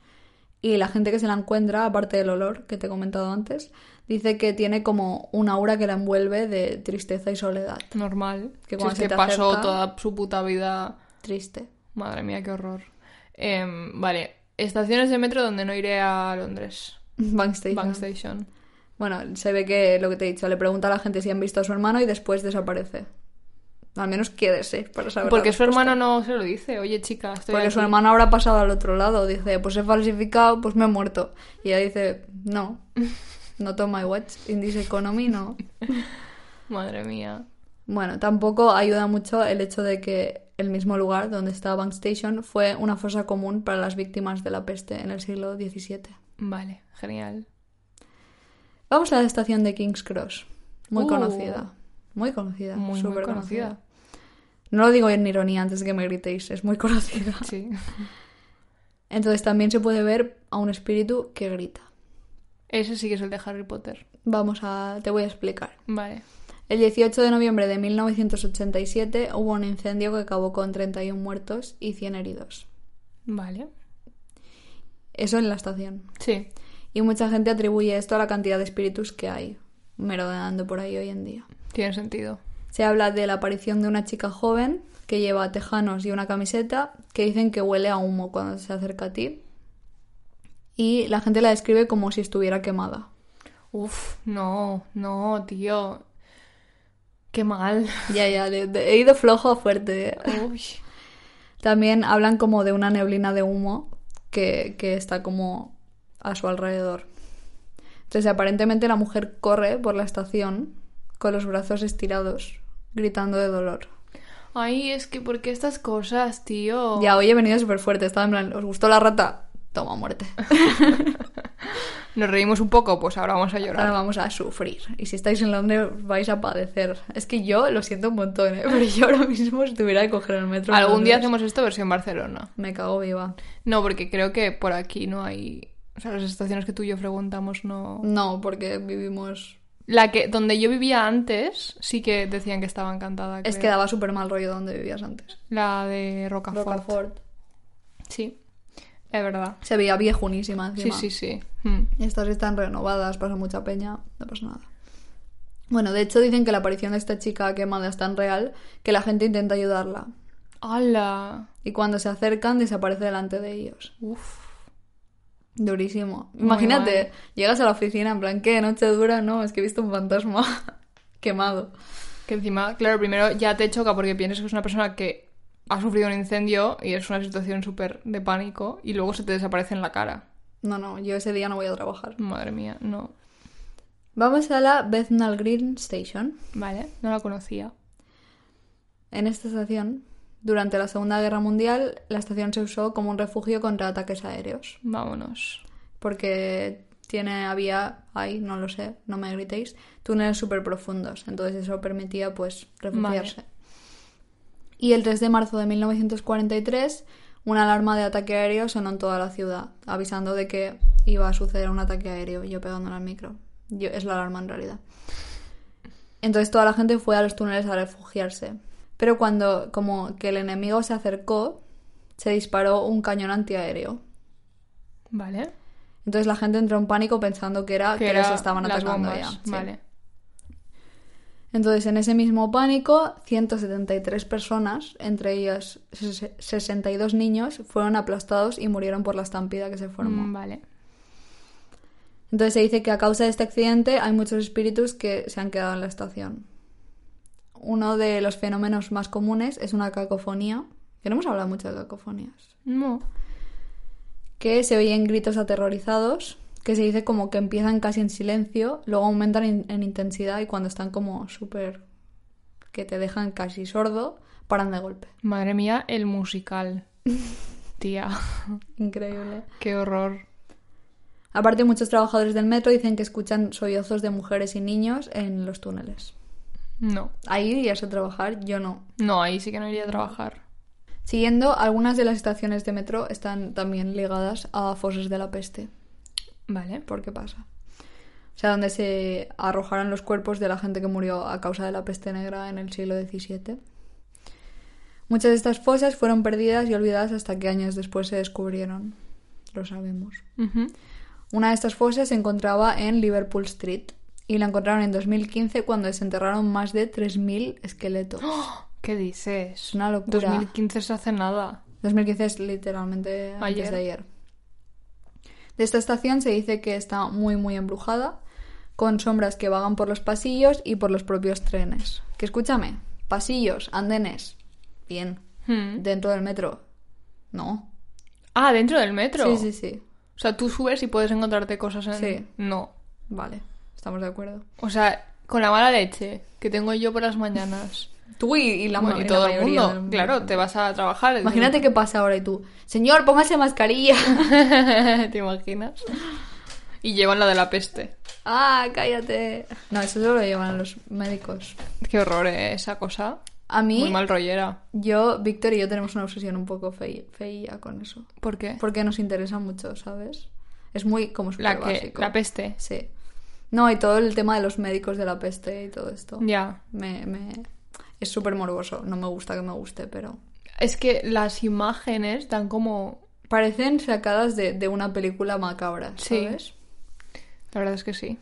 S1: y la gente que se la encuentra, aparte del olor que te he comentado antes, dice que tiene como una aura que la envuelve de tristeza y soledad.
S2: Normal.
S1: Que
S2: Que
S1: cuando
S2: es
S1: se
S2: que
S1: te
S2: pasó
S1: acerca-
S2: toda su puta vida.
S1: Triste.
S2: Madre mía, qué horror. Em, vale, estaciones de metro donde no iré a Londres.
S1: Bank Station.
S2: Bank Station.
S1: Bueno, se ve que lo que te he dicho, le pregunta a la gente si han visto a su hermano y después desaparece. Al menos quédese para saber. la
S2: Porque su
S1: respuesta.
S2: hermano no se lo dice. Oye, chica, estoy
S1: Porque su
S2: aquí".
S1: hermano habrá pasado al otro lado. Dice, pues he falsificado, pues me he muerto. Y ella dice, no, no toma my watch. In this economy, no.
S2: Madre mía.
S1: Bueno, tampoco ayuda mucho el hecho de que el mismo lugar donde estaba Bank Station fue una fosa común para las víctimas de la peste en el siglo XVII.
S2: Vale, genial.
S1: Vamos a la estación de King's Cross. Muy
S2: Uh.
S1: conocida. Muy conocida.
S2: Muy, muy
S1: súper
S2: conocida.
S1: No lo digo en ironía antes de que me gritéis, es muy conocida.
S2: Sí.
S1: Entonces también se puede ver a un espíritu que grita.
S2: Ese sí que es el de Harry Potter.
S1: Vamos a... te voy a explicar.
S2: Vale.
S1: El 18 de noviembre de 1987 hubo un incendio que acabó con 31 muertos y 100 heridos.
S2: Vale.
S1: Eso en la estación.
S2: Sí.
S1: Y mucha gente atribuye esto a la cantidad de espíritus que hay merodeando por ahí hoy en día.
S2: Tiene sentido.
S1: Se habla de la aparición de una chica joven que lleva tejanos y una camiseta que dicen que huele a humo cuando se acerca a ti. Y la gente la describe como si estuviera quemada.
S2: Uf, no, no, tío. Qué mal.
S1: Ya, ya, le- de- he ido flojo a fuerte. eh.
S2: Uy.
S1: También hablan como de una neblina de humo que, que está como a su alrededor. Entonces, aparentemente la mujer corre por la estación con los brazos estirados, gritando de dolor.
S2: Ay, es que ¿por qué estas cosas, tío?
S1: Ya, hoy he venido súper fuerte, estaba en plan, ¿os gustó la rata? Toma muerte.
S2: Nos reímos un poco, pues ahora vamos a
S1: Ahora
S2: llorar.
S1: vamos a sufrir. Y si estáis en Londres vais a padecer. Es que yo lo siento un montón, ¿eh? pero yo ahora mismo si tuviera que coger el metro. en
S2: Algún día
S1: Londres,
S2: hacemos esto versión Barcelona.
S1: Me cago viva.
S2: No, porque creo que por aquí no hay... O sea, las estaciones que tú y yo preguntamos no...
S1: No, porque vivimos...
S2: La que... Donde yo vivía antes sí que decían que estaba encantada.
S1: Es
S2: creo.
S1: que daba súper mal rollo donde vivías antes.
S2: La de Rocafort.
S1: Rocafort.
S2: Sí. Es verdad.
S1: Se veía viejunísima
S2: Sí,
S1: encima.
S2: sí, sí. Mm.
S1: Estas están renovadas, pasa mucha peña, no pasa nada. Bueno, de hecho dicen que la aparición de esta chica quemada es tan real que la gente intenta ayudarla.
S2: ¡Hala!
S1: Y cuando se acercan desaparece delante de ellos.
S2: Uf.
S1: Durísimo.
S2: Muy
S1: Imagínate,
S2: mal.
S1: llegas a la oficina en plan, ¿qué? ¿Noche dura? No, es que he visto un fantasma quemado.
S2: Que encima, claro, primero ya te choca porque piensas que es una persona que ha sufrido un incendio y es una situación súper de pánico y luego se te desaparece en la cara.
S1: No, no, yo ese día no voy a trabajar.
S2: Madre mía, no.
S1: Vamos a la Bethnal Green Station.
S2: Vale, no la conocía.
S1: En esta estación, durante la Segunda Guerra Mundial, la estación se usó como un refugio contra ataques aéreos.
S2: Vámonos.
S1: Porque tiene, había, hay, no lo sé, no me gritéis, túneles súper profundos. Entonces eso permitía pues refugiarse. Y el 3 de marzo de 1943, una alarma de ataque aéreo sonó en toda la ciudad, avisando de que iba a suceder un ataque aéreo, yo pegándole al micro. Yo- es la alarma en realidad. Entonces toda la gente fue a los túneles a refugiarse. Pero cuando como que el enemigo se acercó, se disparó un cañón antiaéreo.
S2: Vale.
S1: Entonces la gente entró en pánico pensando que era que,
S2: era
S1: les estaban
S2: Ah, las
S1: atacando
S2: bombas,
S1: ya. sí.
S2: Vale.
S1: Entonces, en ese mismo pánico, 173 personas, entre ellas ses- 62 niños, fueron aplastados y murieron por la estampida que se formó.
S2: Mm, Vale.
S1: Entonces se dice que a causa de este accidente hay muchos espíritus que se han quedado en la estación. Uno de los fenómenos más comunes es una cacofonía, que no hemos hablado mucho de cacofonías,
S2: No.
S1: que se oyen gritos aterrorizados, que se dice como que empiezan casi en silencio, luego aumentan in- en intensidad y cuando están como súper... que te dejan casi sordo, paran de golpe.
S2: Madre mía, el musical. Tía,
S1: Increíble.
S2: qué horror.
S1: Aparte, muchos trabajadores del metro dicen que escuchan sollozos de mujeres y niños en los túneles.
S2: No.
S1: Ahí irías a trabajar, yo no.
S2: No, ahí sí que no iría a trabajar.
S1: Siguiendo, algunas de las estaciones de metro están también ligadas a fosas de la peste.
S2: Vale.
S1: ¿Por qué pasa? O sea, donde se arrojaron los cuerpos de la gente que murió a causa de la peste negra en el siglo XVII. Muchas de estas fosas fueron perdidas y olvidadas hasta que años después se descubrieron. Lo sabemos.
S2: Ujú.
S1: Una de estas fosas se encontraba en Liverpool Street y la encontraron en 2015 cuando desenterraron más de 3.000 esqueletos.
S2: ¿Qué dices?
S1: una locura.
S2: 2015 se hace nada.
S1: 2015 es literalmente ayer.
S2: Ayer.
S1: de ayer. De esta estación se dice que está muy muy embrujada, con sombras que vagan por los pasillos y por los propios trenes. Que escúchame, pasillos, andenes, bien,
S2: Hmm.
S1: dentro del metro, no.
S2: Ah, dentro del metro.
S1: Sí, sí, sí,
S2: O sea, tú subes y puedes encontrarte cosas en...
S1: Sí.
S2: No.
S1: vale, estamos de acuerdo.
S2: O sea, con la mala leche que tengo yo por las mañanas.
S1: Tú y, y la,
S2: Bueno,
S1: ma-
S2: y
S1: y la
S2: todo el
S1: mayoría
S2: mundo.
S1: del-
S2: Claro, te vas a trabajar.
S1: Imagínate qué pasa ahora y tú, señor, póngase mascarilla.
S2: ¿Te imaginas? Y llevan la de la peste.
S1: ah, cállate. No, eso solo lo llevan los médicos.
S2: Qué horror, ¿eh? Esa cosa.
S1: A mí,
S2: Muy mal rollera.
S1: Yo, Víctor y yo tenemos una obsesión un poco fei- feía con eso.
S2: ¿Por qué?
S1: Porque nos interesa mucho, ¿sabes? Es muy como
S2: la
S1: súper
S2: que...
S1: básico.
S2: La peste.
S1: Sí. No, y todo el tema de los médicos de la peste y todo esto.
S2: Ya.
S1: Me, me... Es súper morboso. No me gusta que me guste, pero...
S2: Es que las imágenes dan como...
S1: Parecen sacadas de, de una película macabra,
S2: Sí.
S1: ¿sabes?
S2: La verdad es que sí.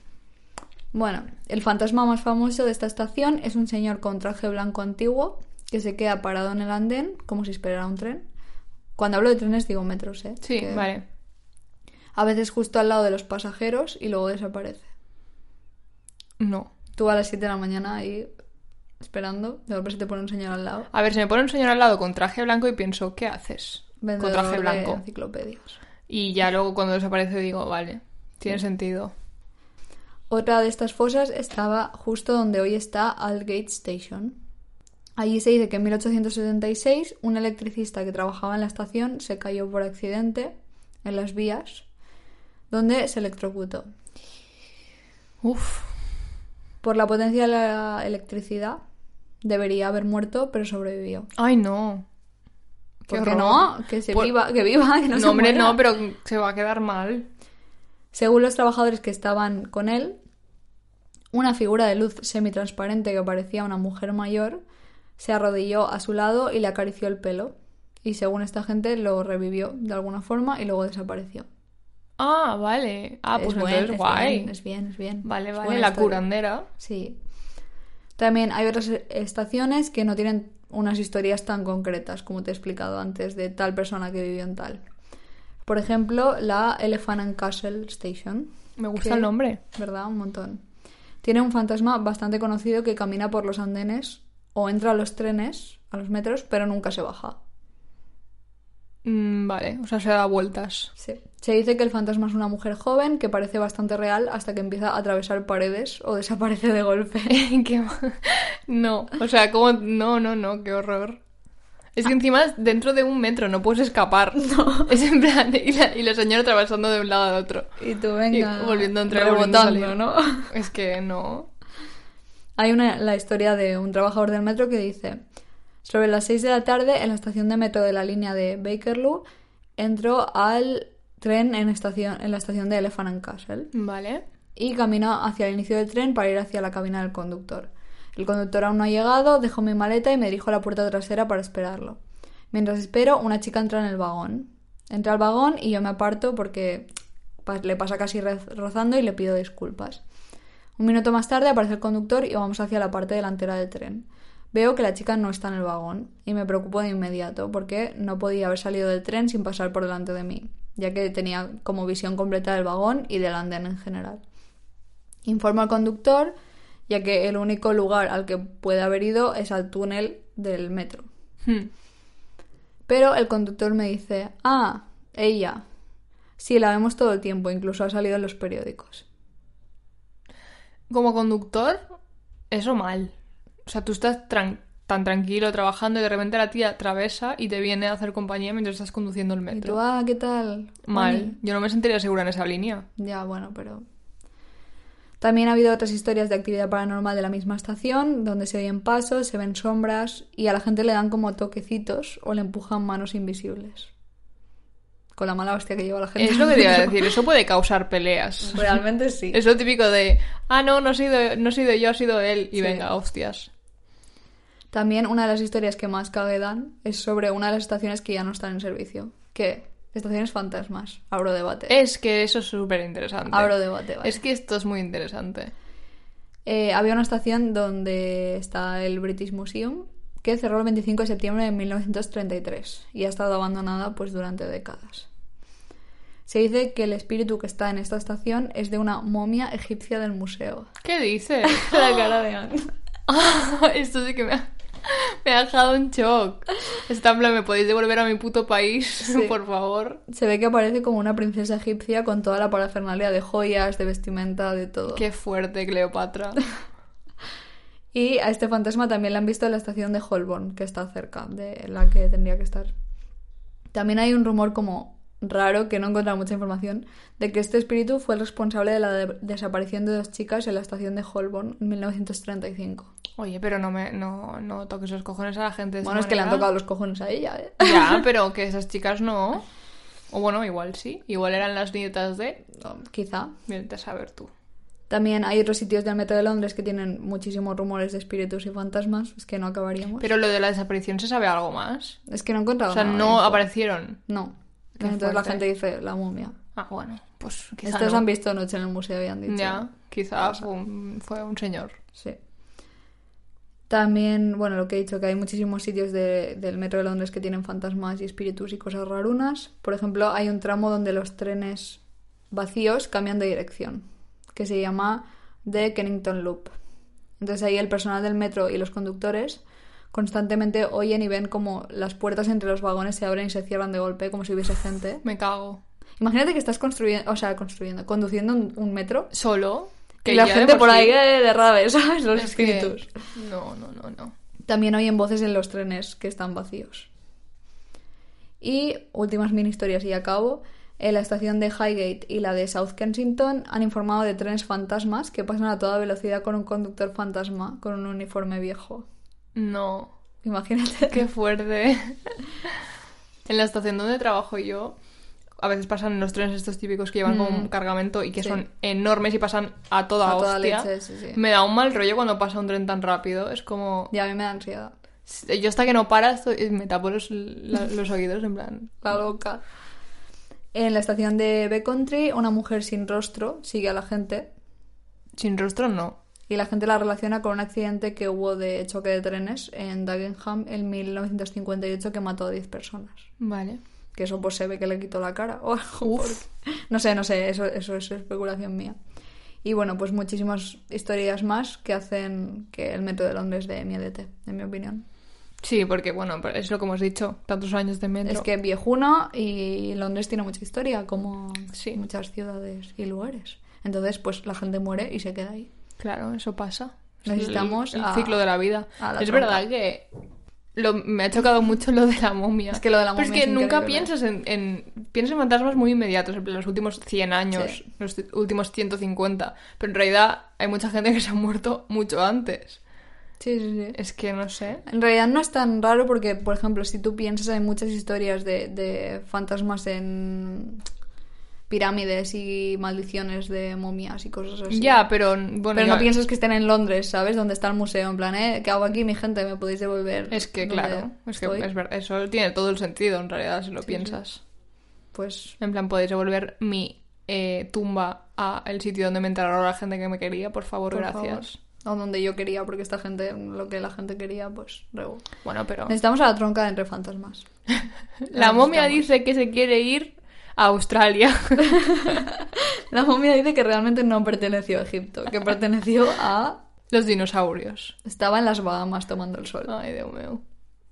S1: Bueno, el fantasma más famoso de esta estación es un señor con traje blanco antiguo que se queda parado en el andén como si esperara un tren. Cuando hablo de trenes digo metros, ¿eh?
S2: Sí,
S1: Que
S2: vale.
S1: A veces justo al lado de los pasajeros y luego desaparece.
S2: No.
S1: Tú a las 7 de la mañana ahí esperando, de golpe se te pone un señor al lado.
S2: A ver, se me pone un señor al lado con traje blanco y pienso, ¿qué haces?
S1: Vendedor
S2: con traje
S1: de
S2: blanco.
S1: enciclopedias.
S2: Y ya luego cuando desaparece digo, vale, tiene sentido.
S1: Otra de estas fosas estaba justo donde hoy está Aldgate Station. Allí se dice que en 1876 un electricista que trabajaba en la estación se cayó por accidente en las vías, donde se electrocutó.
S2: Uf,
S1: Por la potencia de la electricidad debería haber muerto, pero sobrevivió.
S2: ay no. Qué
S1: ¿Por qué
S2: horror.
S1: no? Que se
S2: Por-
S1: viva, que viva, que no,
S2: No,
S1: se
S2: hombre,
S1: muera.
S2: no, pero se va a quedar mal.
S1: Según los trabajadores que estaban con él, una figura de luz semitransparente que parecía una mujer mayor se arrodilló a su lado y le acarició el pelo. Y según esta gente lo revivió de alguna forma y luego desapareció.
S2: Ah, vale. Ah, pues
S1: Es buen,
S2: entonces
S1: es
S2: guay.
S1: bien, es bien, es bien.
S2: Vale,
S1: Es
S2: vale,
S1: buena
S2: la
S1: historia.
S2: curandera.
S1: Sí. También hay otras estaciones que no tienen unas historias tan concretas, como te he explicado antes, de tal persona que vivió en tal. Por ejemplo, la Elephant and Castle Station.
S2: Me gusta
S1: que-
S2: el nombre.
S1: ¿Verdad? Un montón. Tiene un fantasma bastante conocido que camina por los andenes o entra a los trenes, a los metros, pero nunca se baja.
S2: Mm, vale, o sea, se da vueltas.
S1: Sí. Se dice que el fantasma es una mujer joven que parece bastante real hasta que empieza a atravesar paredes o desaparece de golpe.
S2: Qué ma- No, o sea, como... No, no, no, qué horror. Es
S1: Ah.
S2: que encima es dentro de un metro, no puedes escapar. Es en plan, y la, y la señora atravesando de un lado al otro.
S1: Y tú venga.
S2: Y volviendo a entrar y volviendo a
S1: rebotando, ¿no?
S2: salir. Es que no.
S1: Hay una, la historia de un trabajador del metro que dice, sobre las 6 de la tarde en la estación de metro de la línea de Bakerloo, entró al tren en, estación, en la estación de Elephant and Castle
S2: Vale.
S1: y caminó hacia el inicio del tren para ir hacia la cabina del conductor. El conductor aún no ha llegado, dejó mi maleta y me dirijo a la puerta trasera para esperarlo. Mientras espero, una chica entra en el vagón. Entra al vagón y yo me aparto porque pa- le pasa casi re- rozando y le pido disculpas. Un minuto más tarde aparece el conductor y vamos hacia la parte delantera del tren. Veo que la chica no está en el vagón y me preocupo de inmediato porque no podía haber salido del tren sin pasar por delante de mí, ya que tenía como visión completa del vagón y del andén en general. Informo al conductor, ya que el único lugar al que puede haber ido es al túnel del metro.
S2: Hmm.
S1: Pero el conductor me dice, ah, ella. Sí, la vemos todo el tiempo, incluso ha salido en los periódicos.
S2: Como conductor, eso mal. O sea, tú estás tran- tan tranquilo trabajando y de repente la tía atravesa y te viene a hacer compañía mientras estás conduciendo el
S1: Y tú,
S2: metro.
S1: ah, ¿qué tal?
S2: Mal. Yo no me sentiría segura en esa línea.
S1: Ya, bueno, pero... También ha habido otras historias de actividad paranormal de la misma estación, donde se oyen pasos, se ven sombras y a la gente le dan como toquecitos o le empujan manos invisibles. Con la mala hostia que lleva la gente.
S2: Es lo que te iba a decir, eso puede causar
S1: Pues
S2: peleas.
S1: Realmente sí.
S2: Es lo típico de, ah, no, no he sido, no he sido yo, ha sido él. Y
S1: Sí.
S2: venga, hostias.
S1: También una de las historias que más cague dan es sobre una de las estaciones que ya no están en servicio. ¿Qué? Estaciones fantasmas. Abro debate.
S2: Es que eso es súper interesante.
S1: Abro ¿eh? debate, vale.
S2: Eh, Es que esto es muy interesante.
S1: Eh, había una estación donde está el British Museum que cerró el 25 de septiembre de 1933 y ha estado abandonada pues durante décadas. Se dice que el espíritu que está en esta estación es de una momia egipcia del museo.
S2: ¿Qué dices?
S1: La cara de Anne.
S2: esto sí que me ha, me ha dejado un shock. Está en plan, ¿me podéis devolver a mi puto país,
S1: Sí.
S2: por favor?
S1: Se ve que aparece como una princesa egipcia con toda la parafernalia de joyas, de vestimenta, de todo.
S2: Qué fuerte, Cleopatra.
S1: Y a este fantasma también la han visto en la estación de Holborn, que está cerca de la que tendría que estar. También hay un rumor como raro, que no he encontrado mucha información, de que este espíritu fue el responsable de la de- desaparición de dos chicas en la estación de Holborn en 1935.
S2: Oye, pero no me no, no toques los cojones a la gente. de esa
S1: Bueno, es que le han
S2: manera.
S1: tocado los cojones a ella, ¿eh?
S2: Ya, pero que esas chicas no. O bueno, igual sí. Igual eran las nietas de.
S1: No, quizá.
S2: Vete a saber tú.
S1: También hay otros sitios del metro de Londres que tienen muchísimos rumores de espíritus y fantasmas, es que no acabaríamos.
S2: Pero lo de la desaparición se sabe algo más.
S1: Es que no he encontrado
S2: O sea,
S1: nada de
S2: no
S1: Ah, info.
S2: aparecieron.
S1: No.
S2: Qué
S1: Entonces la
S2: fuerte.
S1: gente dice la momia.
S2: Ah, bueno, pues quizá.
S1: Estos
S2: no.
S1: han visto noche en el museo y han dicho.
S2: Ya, quizá fue un, fue un señor.
S1: Sí. También, bueno, lo que he dicho, que hay muchísimos sitios de- del metro de Londres que tienen fantasmas y espíritus y cosas rarunas. Por ejemplo, hay un tramo donde los trenes vacíos cambian de dirección, que se llama The Kennington Loop. Entonces ahí el personal del metro y los conductores constantemente oyen y ven como las puertas entre los vagones se abren y se cierran de golpe, como si hubiese gente.
S2: Me cago.
S1: Imagínate que estás construyendo, o sea, construyendo, conduciendo un, un metro
S2: Solo.
S1: y la
S2: ya de
S1: gente por
S2: sí-
S1: ahí eh, de rave, ¿sabes? Los
S2: es que-
S1: espíritus.
S2: No, no, no, no.
S1: También oyen voces en los trenes que están vacíos. Y últimas mini historias y acabo. En la estación de Highgate y la de South Kensington han informado de trenes fantasmas que pasan a toda velocidad con un conductor fantasma con un uniforme viejo.
S2: No.
S1: Imagínate.
S2: Qué fuerte. en la estación donde trabajo yo, a veces pasan los trenes estos típicos que llevan como un cargamento y que
S1: Mm. Sí.
S2: son enormes y pasan a toda
S1: A toda
S2: hostia.
S1: leche, sí, sí.
S2: Me da un mal rollo cuando pasa un tren tan rápido. Es como.
S1: Ya a mí me da ansiedad.
S2: Yo hasta que no para, estoy- eh, me tapo los, la- los oídos en plan.
S1: La loca. En la estación de Becontry, una mujer sin rostro sigue a la gente
S2: Sin rostro no.
S1: y la gente la relaciona con un accidente que hubo de choque de trenes en Dagenham en 1958 que mató a 10 personas.
S2: Vale.
S1: Que eso pues se ve que le quitó la cara. o algo,
S2: Uf.
S1: porque- No sé, no sé, eso, eso es especulación mía. Y bueno, pues muchísimas historias más que hacen que el método de Londres de MDT, en mi opinión.
S2: Sí, porque bueno, pero es lo que hemos dicho, tantos años de metro.
S1: Es que viejuna y Londres tiene mucha historia, como
S2: Sí.
S1: muchas ciudades y lugares. Entonces, pues la gente muere y se queda ahí.
S2: Claro, eso pasa. Es
S1: Necesitamos
S2: el, el
S1: a-
S2: ciclo de la vida.
S1: a la
S2: es
S1: troca.
S2: verdad que Lo- me ha chocado mucho lo de la momia.
S1: Es que lo de la
S2: Pero
S1: momia
S2: es que
S1: es
S2: nunca
S1: increíble.
S2: piensas en, en- Piensas en fantasmas muy inmediatos, en plan, los últimos 100 años,
S1: Sí.
S2: los t- últimos 150. Pero en realidad hay mucha gente que se ha muerto mucho antes.
S1: Sí, sí, sí.
S2: Es que no sé.
S1: En realidad no es tan raro porque, por ejemplo, si tú piensas, hay muchas historias de, de fantasmas en pirámides y maldiciones de momias y cosas así.
S2: Ya, pero bueno.
S1: Pero no
S2: yo-
S1: piensas que estén en Londres, ¿sabes? Donde está el museo, en plan, ¿eh? ¿Qué hago aquí, mi gente? ¿Me podéis devolver?
S2: Es que
S1: donde
S2: claro, es que
S1: estoy?
S2: es verdad, eso tiene todo el sentido en realidad si lo piensas.
S1: Pues
S2: En plan, podéis devolver mi eh, tumba a el sitio donde me enterraron la gente que me quería, por favor,
S1: Por
S2: gracias.
S1: a donde yo quería, porque esta gente, lo que la gente quería, pues rebo.
S2: Bueno, pero
S1: Necesitamos a la tronca de entre fantasmas.
S2: la momia
S1: necesitamos.
S2: dice que se quiere ir a Australia.
S1: La momia dice que realmente no perteneció a Egipto, que perteneció a...
S2: Los dinosaurios.
S1: Estaba en las Bahamas tomando el sol.
S2: Ay, Dios mío.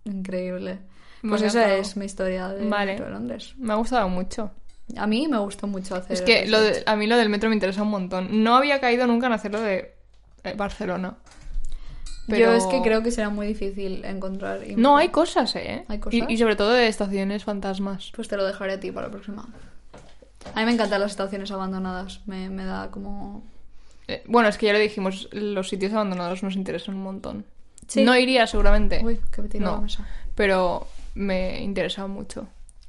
S1: Increíble.
S2: Me
S1: Pues
S2: ha
S1: esa
S2: encantado.
S1: es mi historia de
S2: Vale.
S1: Metro de Londres.
S2: Me ha gustado mucho.
S1: A mí me gustó mucho hacer...
S2: Es que
S1: el
S2: lo de-
S1: research.
S2: a mí lo del metro me interesa un montón. No había caído nunca en hacerlo de eh, Barcelona.
S1: Yo
S2: pero-
S1: es que creo que será muy difícil encontrar... y-
S2: No, hay cosas, ¿eh?
S1: ¿Hay
S2: Y-
S1: cosas?
S2: y sobre todo de estaciones fantasmas.
S1: Pues te lo dejaré a ti para la próxima. A mí me encantan las estaciones abandonadas. Me, me da como...
S2: Eh, bueno, es que ya lo dijimos, los sitios abandonados nos interesan un montón.
S1: Sí.
S2: No iría seguramente,
S1: Uy, que me tiro
S2: No.
S1: la mesa.
S2: pero me interesa mucho.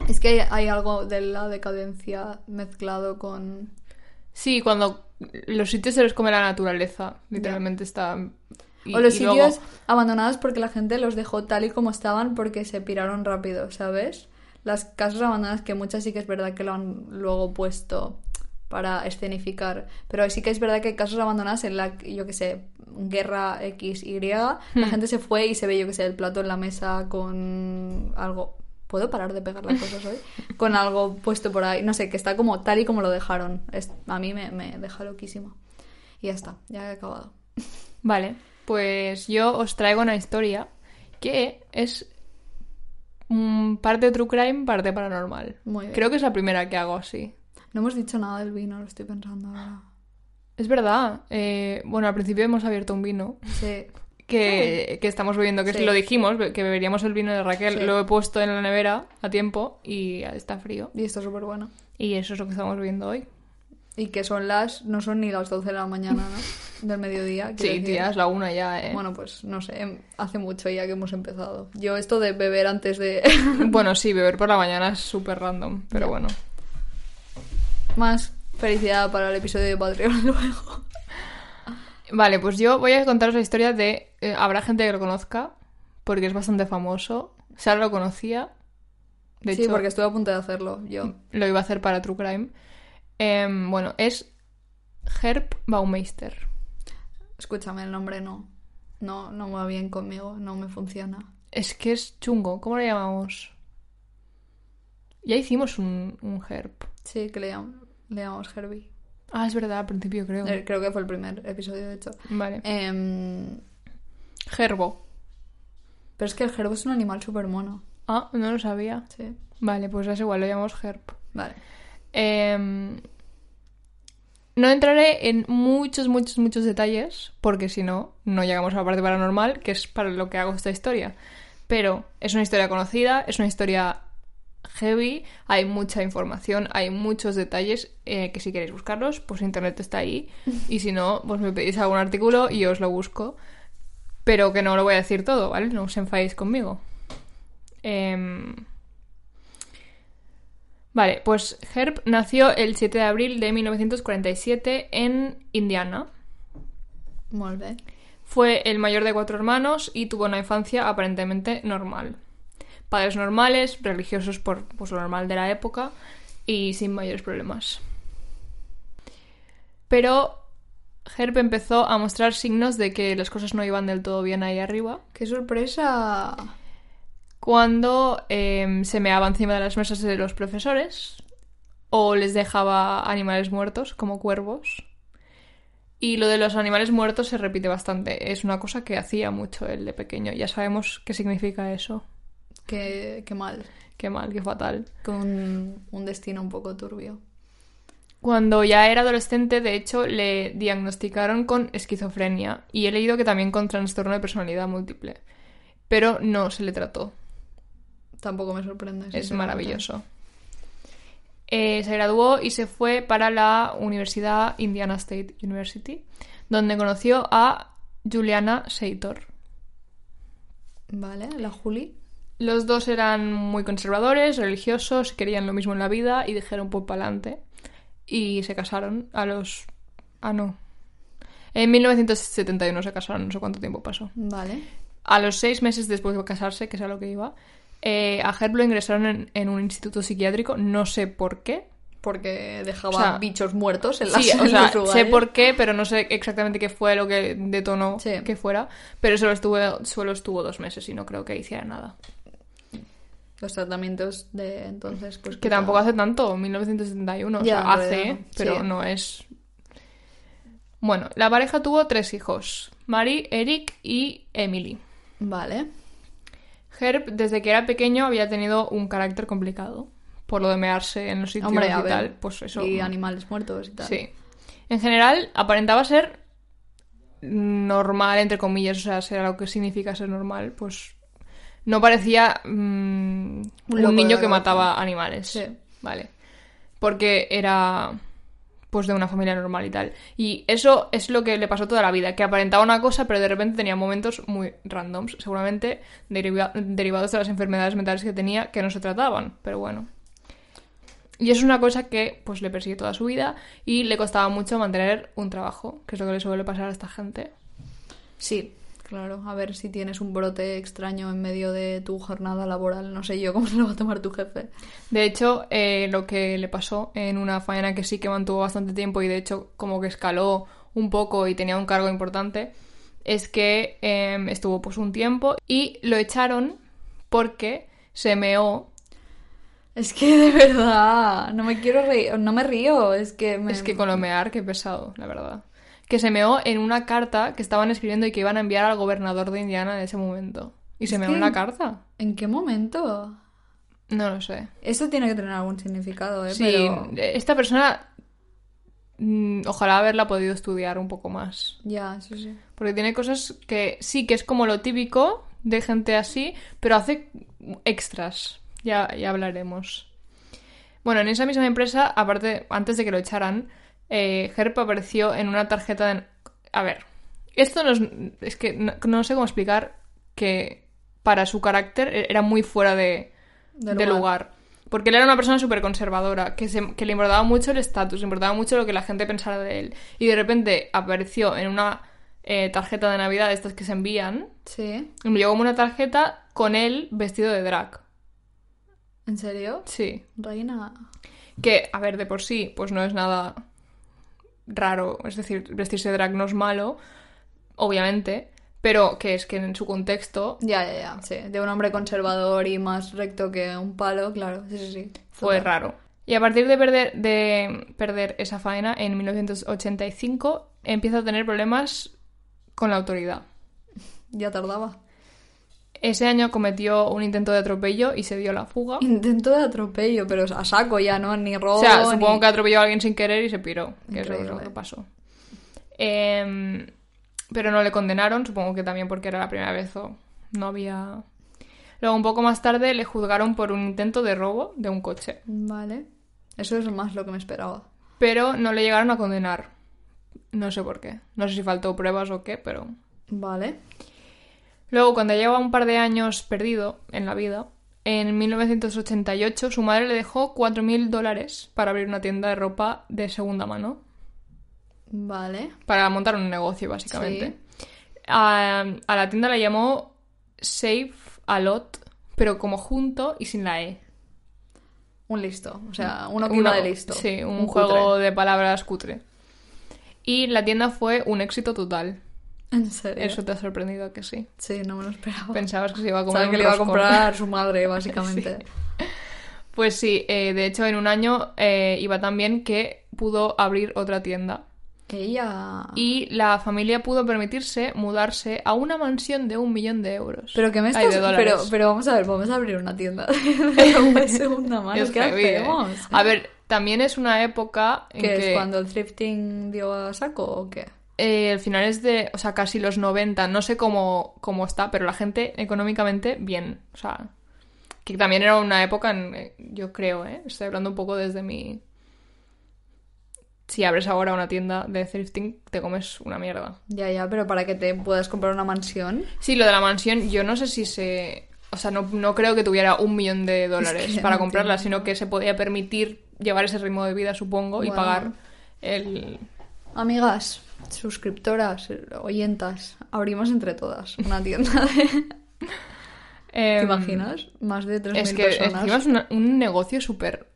S1: Es que hay, hay algo de la decadencia mezclado con...
S2: Sí, cuando los sitios se los come la naturaleza, literalmente está... y-
S1: o los
S2: y
S1: sitios
S2: luego-
S1: abandonados porque la gente los dejó tal y como estaban porque se piraron rápido, ¿sabes? Las casas abandonadas que muchas sí que es verdad que lo han luego puesto para escenificar, pero sí que es verdad que hay casas abandonadas en la, yo que sé, guerra XY,
S2: Hmm.
S1: la gente se fue y se ve, yo que sé, el plato en la mesa con algo... ¿Puedo parar de pegar las cosas hoy? Con algo puesto por ahí, no sé, que está como tal y como lo dejaron. Es- a mí me, me deja loquísima. Y ya está, ya he acabado.
S2: Vale, pues yo os traigo una historia que es mm, parte true crime, parte paranormal.
S1: Muy bien.
S2: Creo que es la primera que hago así.
S1: No hemos dicho nada del vino, lo estoy pensando ahora.
S2: Es verdad, eh, bueno, al principio hemos abierto un vino.
S1: Sí.
S2: que, que estamos bebiendo, que
S1: Sí.
S2: si lo dijimos, be- que beberíamos el vino de Raquel.
S1: Sí.
S2: Lo he puesto en la nevera a tiempo y está frío.
S1: Y esto es súper bueno.
S2: Y eso es lo que estamos bebiendo hoy.
S1: Y que son las. No son ni las 12 de la mañana, ¿no? Del mediodía.
S2: Sí,
S1: Ah, quiero decir.
S2: tía, es la una ya, ¿eh? Bueno,
S1: Bueno, pues no sé. em, Hace mucho ya que hemos empezado. Yo, esto de beber antes de.
S2: sí, beber por la mañana es súper random, pero
S1: Ya.
S2: bueno.
S1: Más felicidad para el episodio de Patreon luego.
S2: Vale, pues yo voy a contaros la historia de... eh, habrá gente que lo conozca, porque es bastante famoso. Sara lo conocía. De
S1: sí,
S2: hecho,
S1: porque estuve a punto de hacerlo yo.
S2: lo iba a hacer para True Crime. Em, bueno, es Herb Baumeister.
S1: Escúchame, el nombre no. No, no va bien conmigo, no me funciona.
S2: Es que es chungo. ¿Cómo le llamamos? Ya hicimos un, un herp.
S1: Sí, que le, llam- le llamamos Herbie.
S2: Ah, es verdad, al principio creo.
S1: Eh, Creo que fue el primer episodio, de hecho.
S2: Vale.
S1: Em,
S2: Herbo.
S1: pero es que el gerbo es un animal súper mono.
S2: Ah, no lo sabía.
S1: Sí.
S2: Vale, pues es igual, lo llamamos herp.
S1: Vale.
S2: Em, no entraré en muchos, muchos, muchos detalles, porque si no, no llegamos a la parte paranormal, que es para lo que hago esta historia. Pero es una historia conocida, es una historia heavy, hay mucha información, hay muchos detalles eh, que si queréis buscarlos, pues internet está ahí. Y si no, pues me pedís algún artículo y yo os lo busco. Pero que no lo voy a decir todo, ¿vale? No os enfadéis conmigo. Em, Vale, pues Herb nació el 7 de abril de 1947 en Indiana.
S1: Muy bien.
S2: Fue el mayor de cuatro hermanos y tuvo una infancia aparentemente normal. Padres normales, religiosos por pues, lo normal de la época y sin mayores problemas. Pero Herb empezó a mostrar signos de que las cosas no iban del todo bien ahí arriba
S1: ¡Qué sorpresa!
S2: cuando em, se meaba encima de las mesas de los profesores o les dejaba animales muertos como cuervos. Y lo de los animales muertos se repite bastante. Es una cosa que hacía mucho él de pequeño. Ya sabemos qué significa eso.
S1: Qué, qué mal.
S2: Qué mal, qué fatal.
S1: Con un destino un poco turbio.
S2: Cuando ya era adolescente, de hecho, le diagnosticaron con esquizofrenia y he leído que también con trastorno de personalidad múltiple. pero no se le trató.
S1: Tampoco me sorprende.
S2: es
S1: sinceramente.
S2: maravilloso. Eh, se graduó y se fue para la Universidad Indiana State University, donde conoció a Juliana Seitor.
S1: Vale, la Juli.
S2: Los dos eran muy conservadores, religiosos, querían lo mismo en la vida y dijeron pues pa'lante. Y se casaron a los... Ah, no. En 1971 se casaron, no sé cuánto tiempo pasó.
S1: Vale.
S2: A los seis meses después de casarse, que es a lo que iba, eh, a Herb lo ingresaron en, en un instituto psiquiátrico, no sé por qué.
S1: Porque dejaba
S2: O sea,
S1: bichos muertos en las
S2: Sí, o
S1: en
S2: sea,
S1: los lugares.
S2: sé por qué, pero no sé exactamente qué fue lo que detonó
S1: Sí.
S2: que fuera. Pero solo estuvo, solo estuvo dos meses y no creo que hiciera nada.
S1: Los tratamientos de entonces, pues.
S2: Que
S1: quizá-
S2: tampoco hace tanto, 1971. o
S1: Ya,
S2: sea,
S1: en
S2: hace,
S1: realidad,
S2: pero
S1: sí.
S2: no es. Bueno, la pareja tuvo tres hijos: Mary, Eric y Emily.
S1: Vale.
S2: Herb, desde que era pequeño, había tenido un carácter complicado. Por lo de mearse en los sitios
S1: Hombre,
S2: y
S1: a ver.
S2: tal. Pues eso.
S1: Y animales muertos y tal.
S2: Sí. En general, aparentaba ser normal, entre comillas, o sea, será lo que significa ser normal, pues no parecía mm,
S1: loco
S2: un
S1: de
S2: niño
S1: la
S2: que
S1: cabeza.
S2: mataba animales.
S1: Sí.
S2: Vale. Porque era pues de una familia normal y tal. Y eso es lo que le pasó toda la vida, que aparentaba una cosa, pero de repente tenía momentos muy randoms, seguramente deriva- derivados de las enfermedades mentales que tenía que no se trataban, pero bueno. Y es una cosa que pues le persigue toda su vida y le costaba mucho mantener un trabajo, que es lo que le suele pasar a esta gente.
S1: Sí, claro. A ver si tienes un brote extraño en medio de tu jornada laboral. No sé yo cómo se lo va a tomar tu jefe.
S2: De hecho, eh, lo que le pasó en una faena que sí que mantuvo bastante tiempo y de hecho como que escaló un poco y tenía un cargo importante, es que em, estuvo pues un tiempo y lo echaron porque se meó.
S1: Es que de verdad, no me quiero reír, no me río, es que me...
S2: Es que con lo mear, qué pesado, la verdad. Que se meó en una carta que estaban escribiendo y que iban a enviar al gobernador de Indiana en ese momento. ¿Y se
S1: Es
S2: meó
S1: que-
S2: en la carta?
S1: ¿En qué momento?
S2: No lo sé.
S1: Esto tiene que tener algún significado, ¿eh?
S2: Sí,
S1: Pero...
S2: esta persona mm, ojalá haberla podido estudiar un poco más.
S1: Ya, eso sí.
S2: Porque tiene cosas que sí que es como lo típico de gente así, pero hace extras. Ya, ya hablaremos. Bueno, en esa misma empresa, aparte, antes de que lo echaran, eh, Herp apareció en una tarjeta de... A ver, esto no es... es que no, no sé cómo explicar que para su carácter e-, era muy fuera de,
S1: De
S2: de
S1: lugar.
S2: lugar. Porque él era una persona súper conservadora, que, se- que le importaba mucho el estatus, le importaba mucho lo que la gente pensara de él. Y de repente apareció en una eh, tarjeta de Navidad de estas que se envían.
S1: Sí,
S2: y Me llegó como una tarjeta con él vestido de drag.
S1: ¿en serio?
S2: Sí.
S1: Reina...
S2: Que, a ver, de por sí, pues no es nada raro. Es decir, vestirse de drag no es malo, obviamente. Pero que es que en su contexto
S1: Ya, ya, ya, sí. De un hombre conservador y más recto que un palo, claro, sí, sí, sí.
S2: Fue
S1: Total.
S2: raro. Y a partir de perder, de perder esa faena en 1985, empieza a tener problemas con la autoridad.
S1: Ya tardaba.
S2: Ese año cometió un intento de atropello y se dio la fuga.
S1: Intento de atropello, pero a saco ya, ¿no? Ni robo,
S2: O sea,
S1: ni-
S2: supongo que atropelló a alguien sin querer y se piró, que eso es lo
S1: Increíble.
S2: que pasó. Em, pero no le condenaron, supongo que también porque era la primera vez o no había... Luego, un poco más tarde, le juzgaron por un intento de robo de un coche.
S1: Vale. Eso es más lo que me esperaba.
S2: pero no le llegaron a condenar. No sé por qué. No sé si faltó pruebas o qué, pero...
S1: Vale.
S2: Luego, cuando llevaba un par de años perdido en la vida, en 1988 su madre le dejó 4.000 dólares para abrir una tienda de ropa de segunda mano,
S1: Vale.
S2: para montar un negocio básicamente. A, a la tienda la llamó Save a Lot, pero como junto y sin la E.
S1: Un listo. O sea, uno que
S2: Mm. Uno-
S1: iba de listo.
S2: Sí,
S1: cutre.
S2: un, juego de palabras cutre. Y la tienda fue un éxito total.
S1: ¿En serio?
S2: Eso te ha sorprendido que sí.
S1: Sí, no me lo esperaba.
S2: Pensabas que se iba a comprar.
S1: Sabía que le iba a comprar su madre, básicamente.
S2: Pues sí, eh, de hecho en un año eh, iba tan bien que pudo abrir otra tienda.
S1: Que ella...
S2: Y la familia pudo permitirse mudarse a una mansión de un millón de euros.
S1: Pero que me
S2: Ay,
S1: estás...
S2: de
S1: pero,
S2: dólares.
S1: pero vamos a ver, vamos a abrir una tienda de ropa de segunda mano.
S2: Es
S1: ¿Qué
S2: heavy, ¿eh?
S1: hacemos?
S2: A ver, también es una época en
S1: ¿Qué
S2: que...
S1: es cuando el thrifting dio a saco o qué?
S2: eh, al final es de, o sea, casi los 90, no sé cómo, cómo está, pero la gente económicamente bien, o sea, que también era una época, en- eh, yo creo, ¿eh? estoy hablando un poco desde mi... Si abres ahora una tienda de thrifting, te comes una mierda.
S1: Ya, ya, pero para que te puedas comprar una mansión.
S2: Sí, lo de la mansión, yo no sé si se... O sea, no, no creo que tuviera un millón de dólares
S1: que
S2: para
S1: no
S2: comprarla,
S1: entiendo.
S2: sino que se podía permitir llevar ese ritmo de vida, supongo, y
S1: Wow.
S2: pagar el...
S1: Amigas, suscriptoras, oyentas, abrimos entre todas una tienda de... ¿Te
S2: Em,
S1: imaginas? Más de 3.000
S2: Es que
S1: personas.
S2: encima es una- un negocio súper...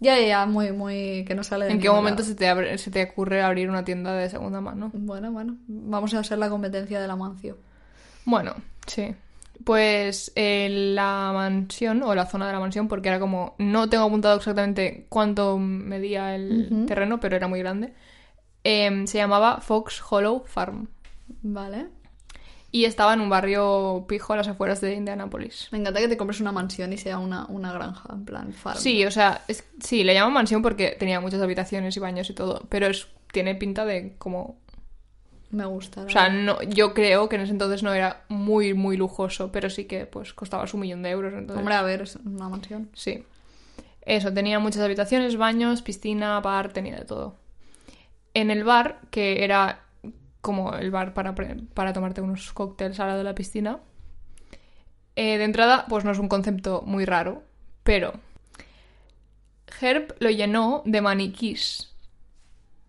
S1: Ya, ya, ya, muy, muy... que no sale de
S2: ¿En qué
S1: ningún
S2: momento
S1: lado.
S2: se te, abre- se te ocurre abrir una tienda de segunda mano?
S1: Bueno, bueno, vamos a hacer la competencia de la mancio.
S2: Bueno, sí. Pues eh, la mansión o la zona de la mansión, porque era como, no tengo apuntado exactamente cuánto medía el
S1: Ujú.
S2: terreno, pero era muy grande, em, se llamaba Fox Hollow Farm
S1: ¿Vale?
S2: y estaba en un barrio pijo a las afueras de Indianápolis.
S1: Me encanta que te compres una mansión y sea una, una granja, en plan farm.
S2: Sí, o sea, es- sí, le llaman mansión porque tenía muchas habitaciones y baños y todo, pero es, tiene pinta de como
S1: Me gusta. la
S2: O sea,
S1: verdad.
S2: no, yo creo que en ese entonces no era muy, muy lujoso, pero sí que pues costaba su millón de euros. Entonces,
S1: Hombre, a ver, es una mansión.
S2: sí. Eso, tenía muchas habitaciones, baños, piscina, bar, tenía de todo. En el bar, que era como el bar para, pre- para tomarte unos cócteles al lado de la piscina, eh, de entrada, pues no es un concepto muy raro, pero Herb lo llenó de maniquís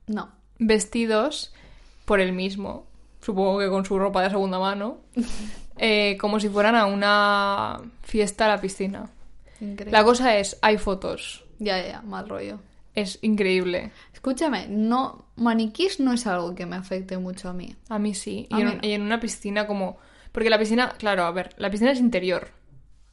S1: No.
S2: vestidos por él mismo, supongo que con su ropa de segunda mano, eh, como si fueran a una fiesta a la piscina.
S1: Increíble.
S2: La cosa es, hay fotos,
S1: Ya, ya, ya, mal rollo.
S2: es increíble.
S1: Escúchame, no, maniquís no es algo que me afecte mucho a mí.
S2: A mí sí,
S1: A
S2: y, en,
S1: mí no.
S2: y en una piscina como... Porque la piscina, claro, a ver, la piscina es interior,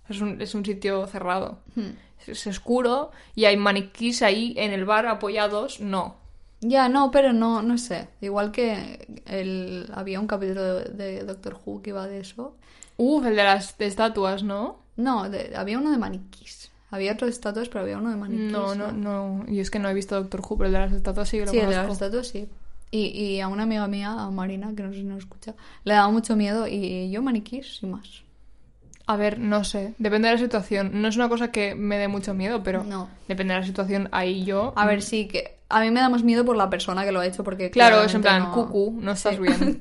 S2: es un, es un sitio cerrado,
S1: Hmm.
S2: es, es oscuro y hay maniquís ahí en el bar apoyados, no.
S1: Ya, no, pero no, no sé. Igual que el, había un capítulo de, de Doctor Who que iba de eso.
S2: Uf, el de las estatuas, ¿no?
S1: No, de- había uno de maniquís. Había otro de estatuas, pero había uno de maniquís.
S2: No, no, no. Yo es que no he visto Doctor Who, pero el de las estatuas sí que lo
S1: Sí, el de
S2: conozco.
S1: las estatuas sí. Y, y a una amiga mía, a Marina, que no sé si nos escucha, le daba mucho miedo y yo maniquís y más.
S2: A ver, no sé. Depende de la situación. No es una cosa que me dé mucho miedo, pero
S1: No.
S2: depende de la situación. Ahí yo.
S1: A ver, sí, que a mí me da más miedo por la persona que lo ha hecho porque...
S2: Claro, es en plan,
S1: claramente no-
S2: cucu, no estás
S1: Sí.
S2: bien.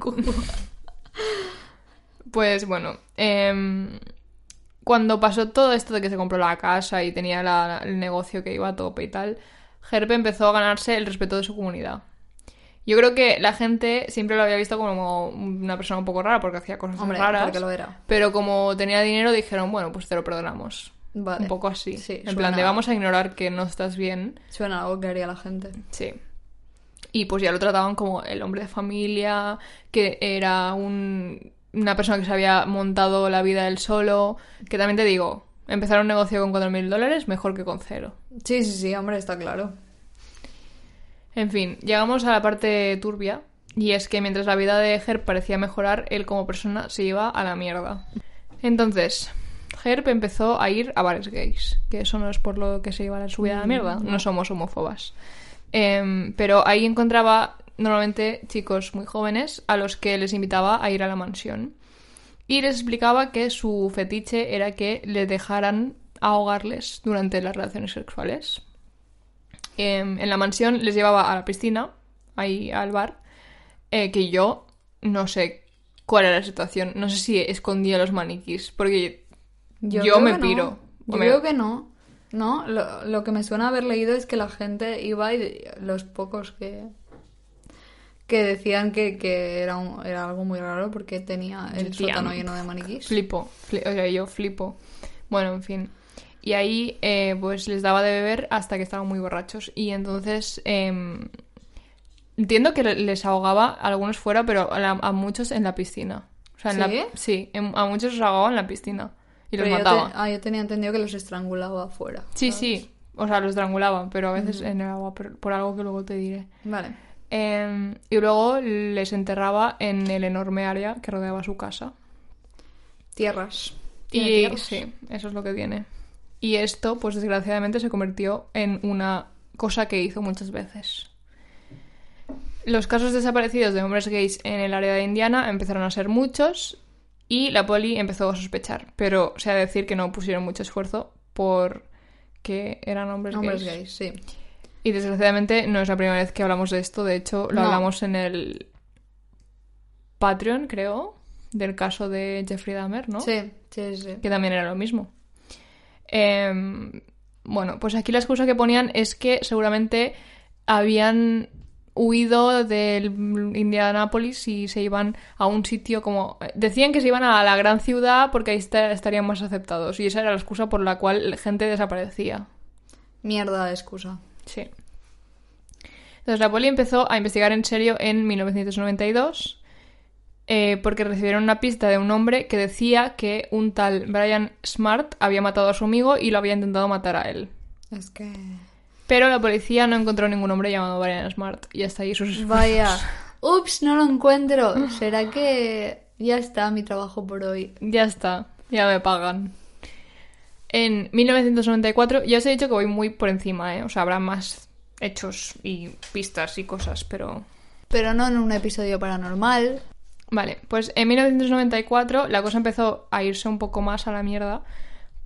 S2: Pues bueno. em, cuando pasó todo esto de que se compró la casa y tenía la- el negocio que iba a tope y tal, Herpe empezó a ganarse el respeto de su comunidad. Yo creo que la gente siempre lo había visto como una persona un poco rara porque hacía cosas
S1: Hombre,
S2: raras.
S1: porque lo era.
S2: Pero como tenía dinero dijeron, bueno, pues te lo perdonamos.
S1: Vale.
S2: Un poco así.
S1: Sí,
S2: en plan
S1: suena-
S2: de vamos a ignorar que no estás bien.
S1: Suena algo que haría la gente.
S2: Sí. Y pues ya lo trataban como el hombre de familia, que era un- una persona que se había montado la vida él solo. Que también te digo, empezar un negocio con 4.000 dólares mejor que con cero.
S1: Sí, sí, sí, hombre, está claro.
S2: En fin, llegamos a la parte turbia. Y es que mientras la vida de Herb parecía mejorar, él como persona se iba a la mierda. Entonces, Herb empezó a ir a bares gays. Que eso no es por lo que se iba a su vida a la mierda. No somos homófobas. Em, pero ahí encontraba normalmente chicos muy jóvenes a los que les invitaba a ir a la mansión. Y les explicaba que su fetiche era que le dejaran ahogarles durante las relaciones sexuales. Eh, en la mansión les llevaba a la piscina, ahí al bar, eh, que yo no sé cuál era la situación. No sé si escondía los maniquís, porque yo,
S1: creo
S2: me
S1: que no.
S2: piro. O
S1: Yo
S2: me-
S1: creo que no. No, lo, lo que me suena haber leído es que la gente iba y los pocos que que decían que, que era, un- era algo muy raro porque tenía el
S2: Tía,
S1: sótano lleno de maniquís.
S2: Flipo, fli- o sea, yo flipo. Bueno, en fin. Y ahí eh, pues les daba de beber hasta que estaban muy borrachos. Y entonces em, entiendo que le- les ahogaba a algunos fuera, pero a, la- a muchos en la piscina. O sea, en la-
S1: ¿Sí?
S2: sí, en- a muchos los ahogaba en la piscina y los
S1: Pero yo te-
S2: mataba.
S1: ah, yo tenía entendido que los estrangulaba afuera.
S2: Sí, sí. O sea, los estrangulaban, pero a veces en el agua, por, por algo que luego te diré.
S1: Vale.
S2: Em, y luego les enterraba en el enorme área que rodeaba su casa.
S1: Tierras. Tiene
S2: Y
S1: tierras.
S2: sí, eso es lo que tiene. Y esto, pues desgraciadamente, se convirtió en una cosa que hizo muchas veces. Los casos desaparecidos de hombres gays en el área de Indiana empezaron a ser muchos y la poli empezó a sospechar, pero o sea decir que no pusieron mucho esfuerzo por que eran hombres,
S1: Hombres
S2: gays.
S1: gays, sí.
S2: Y desgraciadamente no es la primera vez que hablamos de esto, de hecho lo
S1: No.
S2: hablamos en el Patreon, creo, del caso de Jeffrey Dahmer, ¿no?
S1: Sí, sí, sí.
S2: que también era lo mismo. Em, bueno, pues aquí la excusa que ponían es que seguramente habían huido del Indianápolis y se iban a un sitio como... eh, Decían que se iban a la gran ciudad porque ahí esta- estarían más aceptados y esa era la excusa por la cual la gente desaparecía.
S1: Mierda de excusa.
S2: Sí. Entonces la poli empezó a investigar en serio en 1992 eh, porque recibieron una pista de un hombre que decía que un tal Brian Smart había matado a su amigo y lo había intentado matar a él.
S1: Es que...
S2: Pero la policía no encontró ningún hombre llamado Brian Smart y hasta ahí sus...
S1: Vaya. Ups, no lo encuentro. ¿Será que ya está mi trabajo por hoy?
S2: Ya está, ya me pagan. En 1994, ya os he dicho que voy muy por encima, ¿eh? O sea, habrá más hechos y pistas y cosas, pero
S1: Pero no en un episodio paranormal.
S2: Vale, pues en 1994 la cosa empezó a irse un poco más a la mierda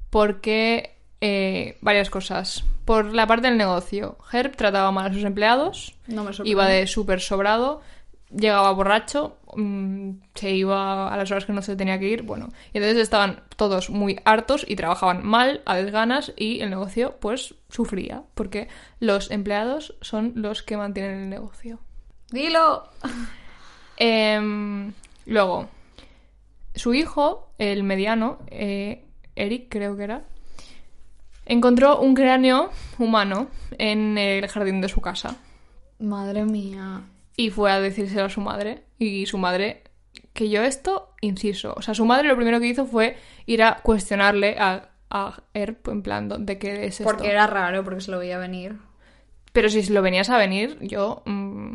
S2: porque eh, varias cosas. Por la parte del negocio, Herb trataba mal a sus empleados,
S1: No me sorprende.
S2: iba de súper sobrado, llegaba borracho, mm, se iba a las horas que no se tenía que ir, bueno. Y entonces estaban todos muy hartos y trabajaban mal, a desganas, y el negocio pues sufría porque los empleados son los que mantienen el negocio.
S1: ¡Dilo!
S2: Em, luego, su hijo, el mediano, eh, Eric creo que era, encontró un cráneo humano en el jardín de su casa
S1: Madre mía.
S2: y fue a decírselo a su madre. Y su madre, que yo esto, inciso, o sea, su madre lo primero que hizo fue ir a cuestionarle a, a Herb, en plan, ¿de qué es esto?
S1: Porque era raro, porque se lo veía venir.
S2: Pero si lo venías a venir, yo. mm,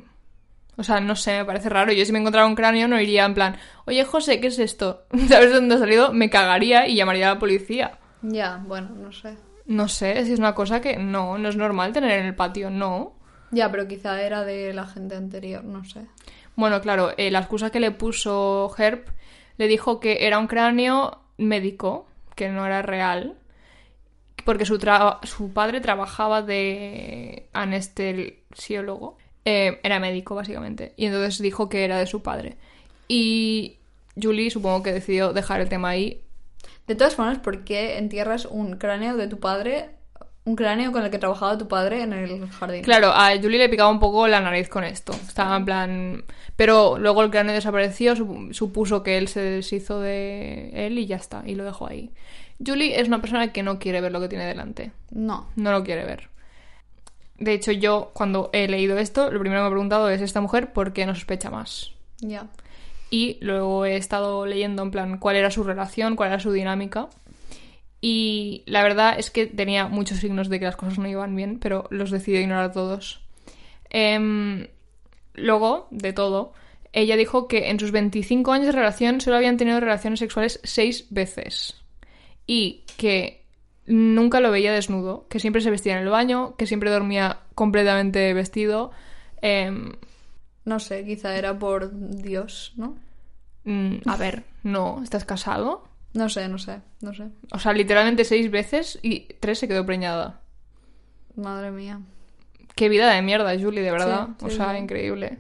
S2: o sea, no sé, me parece raro. Yo si me encontrara un cráneo no iría en plan, oye José, ¿qué es esto? ¿Sabes de dónde ha salido? Me cagaría y llamaría a la policía.
S1: Ya, bueno, no sé.
S2: No sé, si es una cosa que no, no es normal tener en el patio, no.
S1: Ya, pero quizá era de la gente anterior, no sé.
S2: Bueno, claro, eh, la excusa que le puso Herb le dijo que era un cráneo médico, que no era real, porque su, tra- su padre trabajaba de anestesiólogo, eh, era médico básicamente, y entonces dijo que era de su padre. Y Julie supongo que decidió dejar el tema ahí.
S1: De todas formas, ¿por qué entierras un cráneo de tu padre? Un cráneo con el que trabajaba tu padre en el jardín.
S2: Claro, a Julie le picaba un poco la nariz con esto, estaba en plan... Pero luego el cráneo desapareció, sup- supuso que él se deshizo de él y ya está, y lo dejó ahí. Julie es una persona que no quiere ver lo que tiene delante.
S1: No.
S2: no lo quiere ver. De hecho, yo cuando he leído esto, lo primero que me he preguntado es esta mujer por qué no sospecha más.
S1: Ya.
S2: Y luego he estado leyendo en plan cuál era su relación, cuál era su dinámica. Y la verdad es que tenía muchos signos de que las cosas no iban bien, pero los decidió ignorar todos. Em, luego, de todo, ella dijo que en sus 25 años de relación solo habían tenido relaciones sexuales 6 veces. Y que nunca lo veía desnudo, que siempre se vestía en el baño, que siempre dormía completamente vestido. em,
S1: No sé, quizá era por Dios, ¿no?
S2: Mm, a ver, no, ¿estás casado?
S1: No sé, no sé, no sé.
S2: O sea, literalmente seis veces y tres se quedó preñada.
S1: Madre mía.
S2: Qué vida de mierda, Julie, de verdad.
S1: Sí,
S2: o
S1: sí,
S2: sea,
S1: sí.
S2: increíble.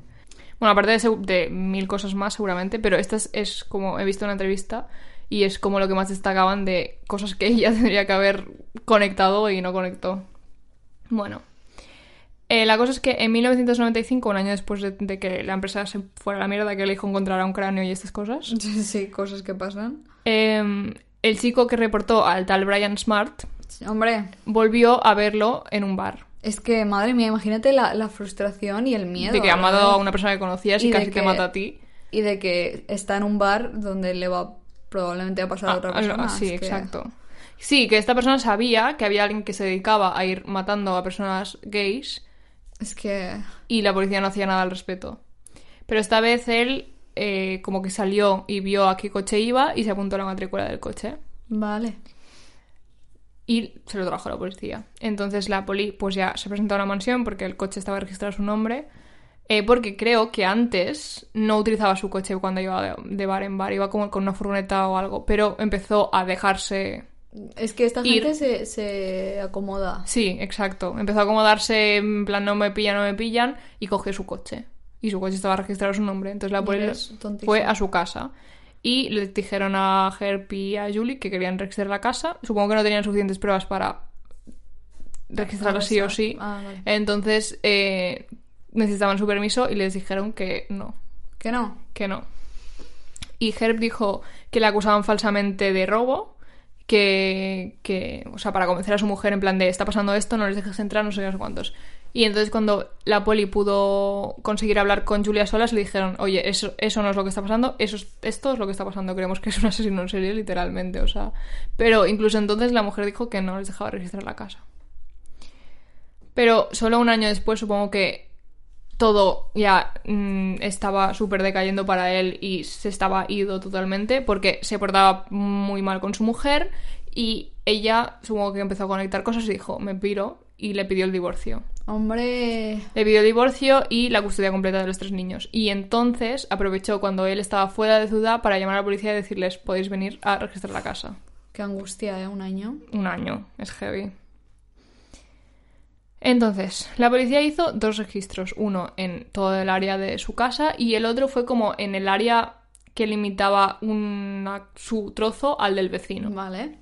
S2: Bueno, aparte de, segu- de mil cosas más seguramente, pero esta es, es como, he visto una entrevista y es como lo que más destacaban de cosas que ella tendría que haber conectado y no conectó. Bueno. Eh, la cosa es que en 1995, un año después de, de que la empresa se fuera a la mierda, que el hijo encontrara un cráneo y estas cosas,
S1: Sí, sí, cosas que pasan.
S2: em, el chico que reportó al tal Brian Smart
S1: Sí, Hombre,
S2: volvió a verlo en un bar.
S1: es que, madre mía, imagínate la, la frustración y el miedo.
S2: de que ha matado
S1: ¿verdad?
S2: a una persona que conocías y,
S1: Y de
S2: casi te
S1: que
S2: mata a ti.
S1: Y de que está en un bar donde le va probablemente a pasar a otra
S2: Ah, ah, no,
S1: persona.
S2: sí,
S1: es que-
S2: exacto. Sí, que esta persona sabía que había alguien que se dedicaba a ir matando a personas gays
S1: Es que...
S2: y la policía no hacía nada al respecto. Pero esta vez él eh, como que salió y vio a qué coche iba y se apuntó a la matrícula del coche.
S1: Vale.
S2: y se lo trajo la policía. Entonces la poli pues ya se presentó a la mansión porque el coche estaba registrado a su nombre Eh, porque creo que antes no utilizaba su coche cuando iba de, de bar en bar, iba como con una furgoneta o algo, pero empezó a dejarse
S1: Es que esta
S2: Ir.
S1: gente se, se acomoda.
S2: Sí, exacto. Empezó a acomodarse en plan no me pillan, no me pillan y cogió su coche. Y su coche estaba registrado a su nombre. Entonces la
S1: Eres
S2: policía
S1: tontísimo.
S2: fue a su casa. Y le dijeron a Herp y a Julie que querían registrar la casa. Supongo que no tenían suficientes pruebas para registrarla sí o sí.
S1: Ah, vale.
S2: Entonces eh, necesitaban su permiso y les dijeron que no,
S1: Que no.
S2: que no. Y Herb dijo que le acusaban falsamente de robo, que, que, o sea, para convencer a su mujer en plan de está pasando esto, no les dejes entrar, no sé qué, no sé cuántos. Y entonces cuando la poli pudo conseguir hablar con Julia Solas, le dijeron, oye, eso, eso no es lo que está pasando, eso es- esto es lo que está pasando, creemos que es un asesino en serie, literalmente, o sea... Pero incluso entonces la mujer dijo que no les dejaba registrar la casa. Pero solo un año después supongo que todo ya mm, estaba súper decayendo para él y se estaba ido totalmente porque se portaba muy mal con su mujer y ella supongo que empezó a conectar cosas y dijo, me piro y le pidió el divorcio.
S1: Hombre.
S2: Le pidió el divorcio y la custodia completa de los tres niños. Y entonces aprovechó cuando él estaba fuera de ciudad para llamar a la policía y decirles, podéis venir a registrar la casa.
S1: Qué angustia, ¿eh? Un año.
S2: Un año, es heavy. Entonces, la policía hizo dos registros, uno en todo el área de su casa y el otro fue como en el área que limitaba una- su trozo al del vecino.
S1: Vale.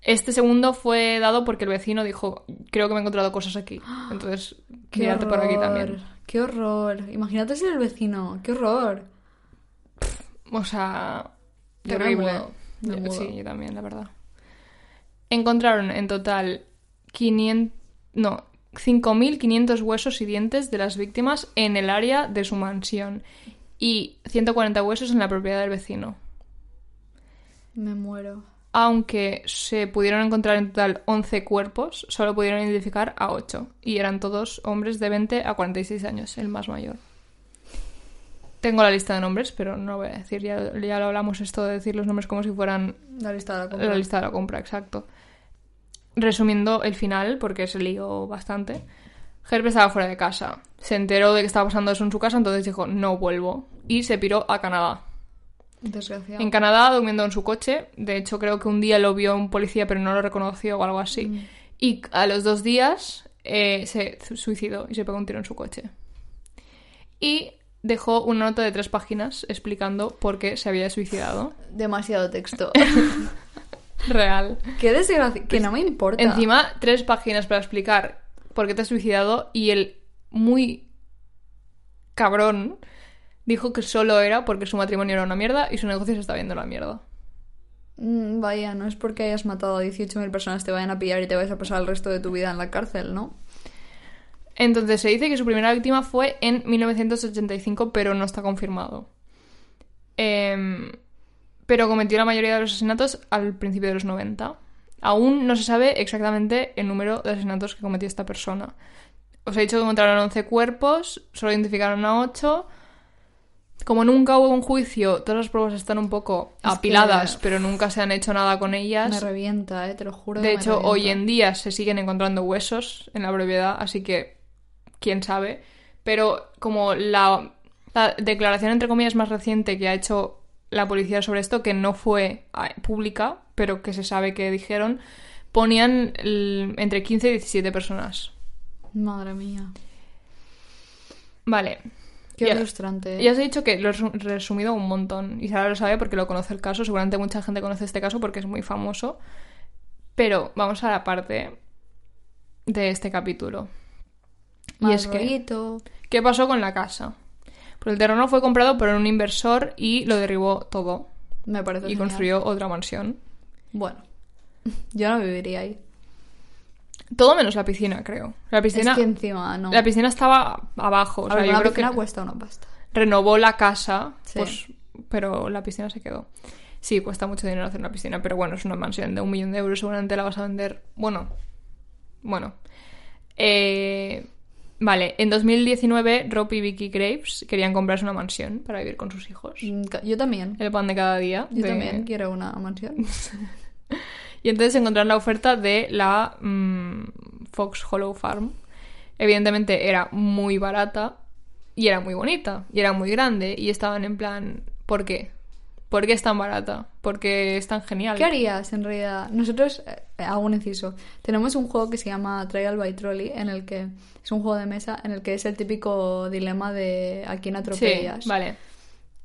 S2: Este segundo fue dado porque el vecino dijo, creo que me he encontrado cosas aquí, entonces
S1: Qué
S2: mírate por aquí también.
S1: horror, Qué horror. Imagínate ser el vecino. Qué horror.
S2: O sea,
S1: Yo me
S2: terrible.
S1: mudo, me
S2: Yo-
S1: mudo.
S2: sí, yo también, la verdad. Encontraron en total 500, no, 5.500 huesos y dientes de las víctimas en el área de su mansión y 140 huesos en la propiedad del vecino.
S1: Me muero.
S2: Aunque se pudieron encontrar en total 11 cuerpos, solo pudieron identificar a 8 y eran todos hombres de 20 a 46 años, el más mayor. Tengo la lista de nombres, pero no lo voy a decir, ya, ya lo hablamos esto de decir los nombres como si fueran
S1: La lista de la compra.
S2: la lista de la compra, exacto. Resumiendo el final, porque se lió bastante, Herb estaba fuera de casa. Se enteró de que estaba pasando eso en su casa, entonces dijo, no vuelvo. Y se piró a Canadá.
S1: Desgraciado.
S2: En Canadá, durmiendo en su coche. De hecho, creo que un día lo vio un policía, pero no lo reconoció o algo así.
S1: Mm.
S2: Y a los dos días eh, se zu- suicidó y se pegó un tiro en su coche. Y dejó una nota de tres páginas explicando por qué se había suicidado.
S1: Demasiado texto.
S2: Real.
S1: qué desgracia. Que no me importa.
S2: Encima, tres páginas para explicar por qué te has suicidado y el muy cabrón dijo que solo era porque su matrimonio era una mierda y su negocio se está viendo la mierda.
S1: Mm, Vaya, no es porque hayas matado a 18.000 personas te vayan a pillar y te vayas a pasar el resto de tu vida en la cárcel, ¿no?
S2: Entonces se dice que su primera víctima fue en 1985, pero no está confirmado. Em, pero cometió la mayoría de los asesinatos al principio de los 90. Aún no se sabe exactamente el número de asesinatos que cometió esta persona. Os he dicho que encontraron 11 cuerpos, solo identificaron a 8. Como nunca hubo un juicio, todas las pruebas están un poco
S1: Es que-
S2: apiladas, pero nunca se han hecho nada con ellas.
S1: Me revienta, eh, te lo juro. que
S2: De
S1: me
S2: hecho, hoy
S1: revienta.
S2: en día se siguen encontrando huesos en la propiedad, así que quién sabe. Pero como la, la declaración, entre comillas, más reciente que ha hecho la policía sobre esto, que no fue ah, pública, pero que se sabe que dijeron, ponían el- entre 15 y 17 personas.
S1: Madre mía.
S2: Vale.
S1: Qué
S2: Ya-
S1: frustrante. eh.
S2: Ya os he dicho que lo he resu- resumido un montón. Y Sara lo sabe porque lo conoce el caso. Seguramente mucha gente conoce este caso porque es muy famoso. Pero vamos a la parte de este capítulo. Y
S1: Mal
S2: es que,
S1: rollito.
S2: ¿qué pasó con la casa? Pues el terreno fue comprado por un inversor y lo derribó todo.
S1: Me parece
S2: Y
S1: genial.
S2: construyó otra mansión.
S1: Bueno, yo no viviría ahí.
S2: Todo menos la piscina, creo. La piscina,
S1: es que encima, no.
S2: la piscina estaba abajo. O
S1: A
S2: sea,
S1: ver,
S2: yo
S1: una
S2: creo
S1: piscina
S2: que...
S1: cuesta una pasta.
S2: renovó la casa,
S1: Sí.
S2: pues, pero la piscina se quedó. Sí, cuesta mucho dinero hacer una piscina, pero bueno, es una mansión de un millón de euros, seguramente la vas a vender. Bueno, bueno. Eh, vale, en 2019 Rob y Vicky Graves querían comprarse una mansión para vivir con sus hijos.
S1: Mm, ca- Yo también.
S2: El pan de cada día.
S1: Yo
S2: de-
S1: también quiero una mansión.
S2: Y entonces encontraron la oferta de la mm, Fox Hollow Farm. Evidentemente era muy barata Y era muy bonita, y era muy grande, y estaban en plan, ¿por qué? ¿Por qué es tan barata? ¿Por qué es tan genial?
S1: ¿Qué harías en realidad? Nosotros, eh, hago un inciso, tenemos un juego que se llama Trial by Trolley, en el que es un juego de mesa, en el que es el típico dilema de a quién
S2: Sí,
S1: atropellas.
S2: vale.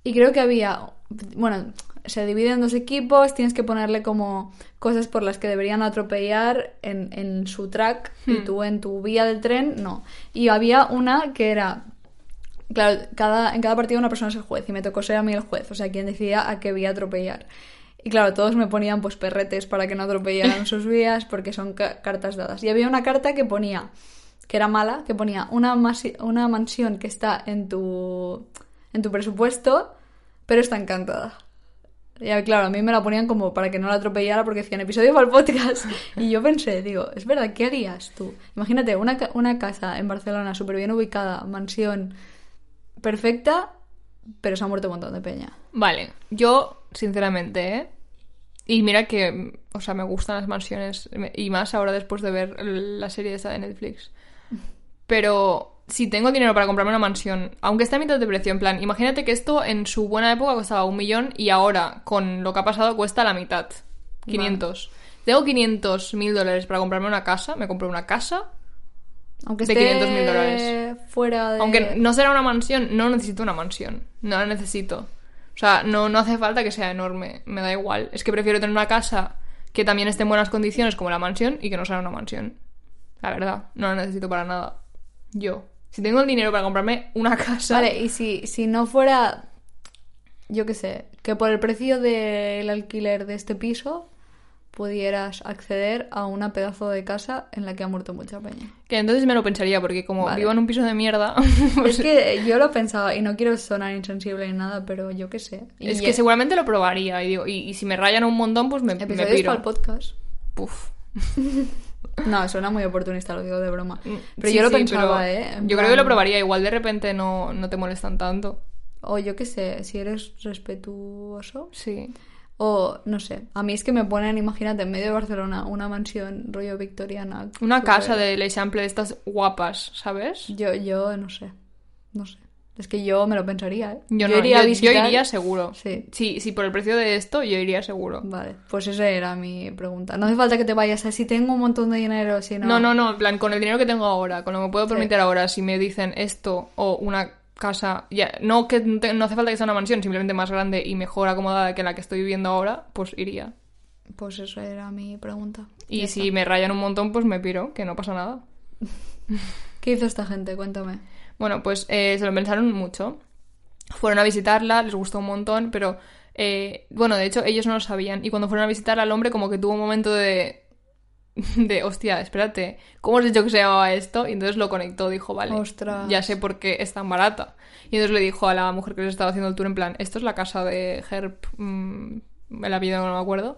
S1: Y creo que había, bueno, se divide en dos equipos, tienes que ponerle como cosas por las que deberían atropellar en, en su track y
S2: Hmm.
S1: tú en tu vía del tren, no. Y había una que era, claro, cada, en cada partido una persona es el juez y me tocó ser a mí el juez, o sea, quien decidía a qué vía atropellar. Y claro, todos me ponían pues perretes para que no atropellaran sus vías porque son ca- cartas dadas. Y había una carta que ponía, que era mala, que ponía una, masi- una mansión que está en tu, en tu presupuesto, pero está encantada. Y ah, claro, a mí me la ponían como para que no la atropellara porque decían episodio para el podcast. Y yo pensé, digo, es verdad, ¿qué harías tú? Imagínate una, ca- una casa en Barcelona súper bien ubicada, mansión perfecta, pero se ha muerto un montón de peña.
S2: Vale, yo, sinceramente, ¿eh? Y mira que, mm, o sea, me gustan las mansiones, me- y más ahora después de ver l- la serie esta de Netflix. Pero si tengo dinero para comprarme una mansión, aunque esté a mitad de precio, en plan, imagínate que esto en su buena época costaba un millón y ahora, con lo que ha pasado, cuesta la mitad. 500. Tengo 500 mil dólares para comprarme una casa, me compro una casa.
S1: Aunque
S2: De
S1: esté
S2: 500.000 dólares.
S1: fuera de...
S2: Aunque no será una mansión, no necesito una mansión. No la necesito. O sea, no, no hace falta que sea enorme. Me da igual. Es que prefiero tener una casa que también esté en buenas condiciones como la mansión y que no sea una mansión. La verdad, no la necesito para nada. Yo. Si tengo el dinero para comprarme una casa.
S1: Vale, y si, si no fuera, yo qué sé, que por el precio del alquiler de este piso pudieras acceder a una pedazo de casa en la que ha muerto mucha peña.
S2: Que entonces me lo pensaría porque como
S1: Vale.
S2: vivo en un piso de mierda.
S1: es que yo lo pensaba y no quiero sonar insensible ni nada, pero yo qué sé. Y
S2: es
S1: ya-
S2: que seguramente lo probaría. Y, digo, y, y si me rayan un montón, pues me, me
S1: Episodios
S2: piro.
S1: para el podcast.
S2: Puf.
S1: No, suena muy oportunista, lo digo de broma. Pero
S2: Mm, Sí,
S1: yo lo
S2: sí,
S1: pensaba,
S2: pero
S1: ¿eh? En
S2: Yo creo que lo
S1: plan-
S2: probaría. Igual de repente no, no te molestan tanto.
S1: O yo qué sé, si eres respetuoso.
S2: Sí.
S1: O no sé, a mí es que me ponen, imagínate, en medio de Barcelona, una mansión rollo victoriana.
S2: Una
S1: súper-
S2: casa de Le Chample de estas guapas, ¿sabes?
S1: Yo, yo no sé, no sé. Es que yo me lo pensaría, ¿eh?
S2: Yo, no,
S1: a
S2: yo, yo
S1: visitar-
S2: iría seguro.
S1: Sí.
S2: Sí, sí, por el precio de esto, yo iría seguro.
S1: Vale, pues esa era mi pregunta. No hace falta que te vayas así, tengo un montón de dinero, si no...
S2: No, no, no, en plan, con el dinero que tengo ahora, con lo que me puedo
S1: Sí.
S2: permitir ahora, si me dicen esto o una casa, ya, no que no te- no hace falta que sea una mansión, simplemente más grande y mejor acomodada que la que estoy viviendo ahora, pues iría.
S1: Pues esa era mi pregunta.
S2: Y
S1: Ya
S2: si
S1: está.
S2: me rayan un montón, pues me piro, que no pasa nada.
S1: ¿Qué hizo esta gente? Cuéntame.
S2: Bueno, pues eh, se lo pensaron mucho. Fueron a visitarla, les gustó un montón, pero eh, bueno, de hecho ellos no lo sabían. Y cuando fueron a visitarla, el hombre como que tuvo un momento de... De, hostia, espérate, ¿cómo has dicho que se llamaba esto? Y entonces lo conectó, dijo, vale,
S1: Ostras.
S2: ya sé por qué es tan barata. Y entonces le dijo a la mujer que les estaba haciendo el tour, en plan, esto es la casa de Herb, mm, el apellido no me acuerdo.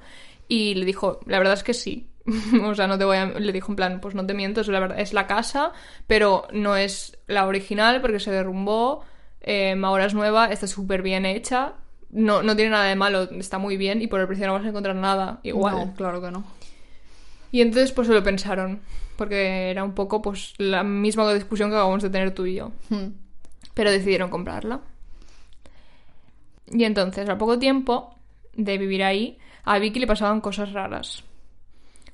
S2: Y le dijo, la verdad es que sí. o sea, no te voy a... Le dijo en plan, pues no te miento, es la, verdad, es la casa, pero no es la original porque se derrumbó, em, ahora es nueva, está súper bien hecha, no, no tiene nada de malo, está muy bien y por el precio no vas a encontrar nada igual.
S1: No, claro que no.
S2: Y entonces pues se lo pensaron, porque era un poco pues la misma discusión que acabamos de tener tú y yo.
S1: Hmm.
S2: Pero decidieron comprarla. Y entonces, al poco tiempo de vivir ahí, a Vicky le pasaban cosas raras.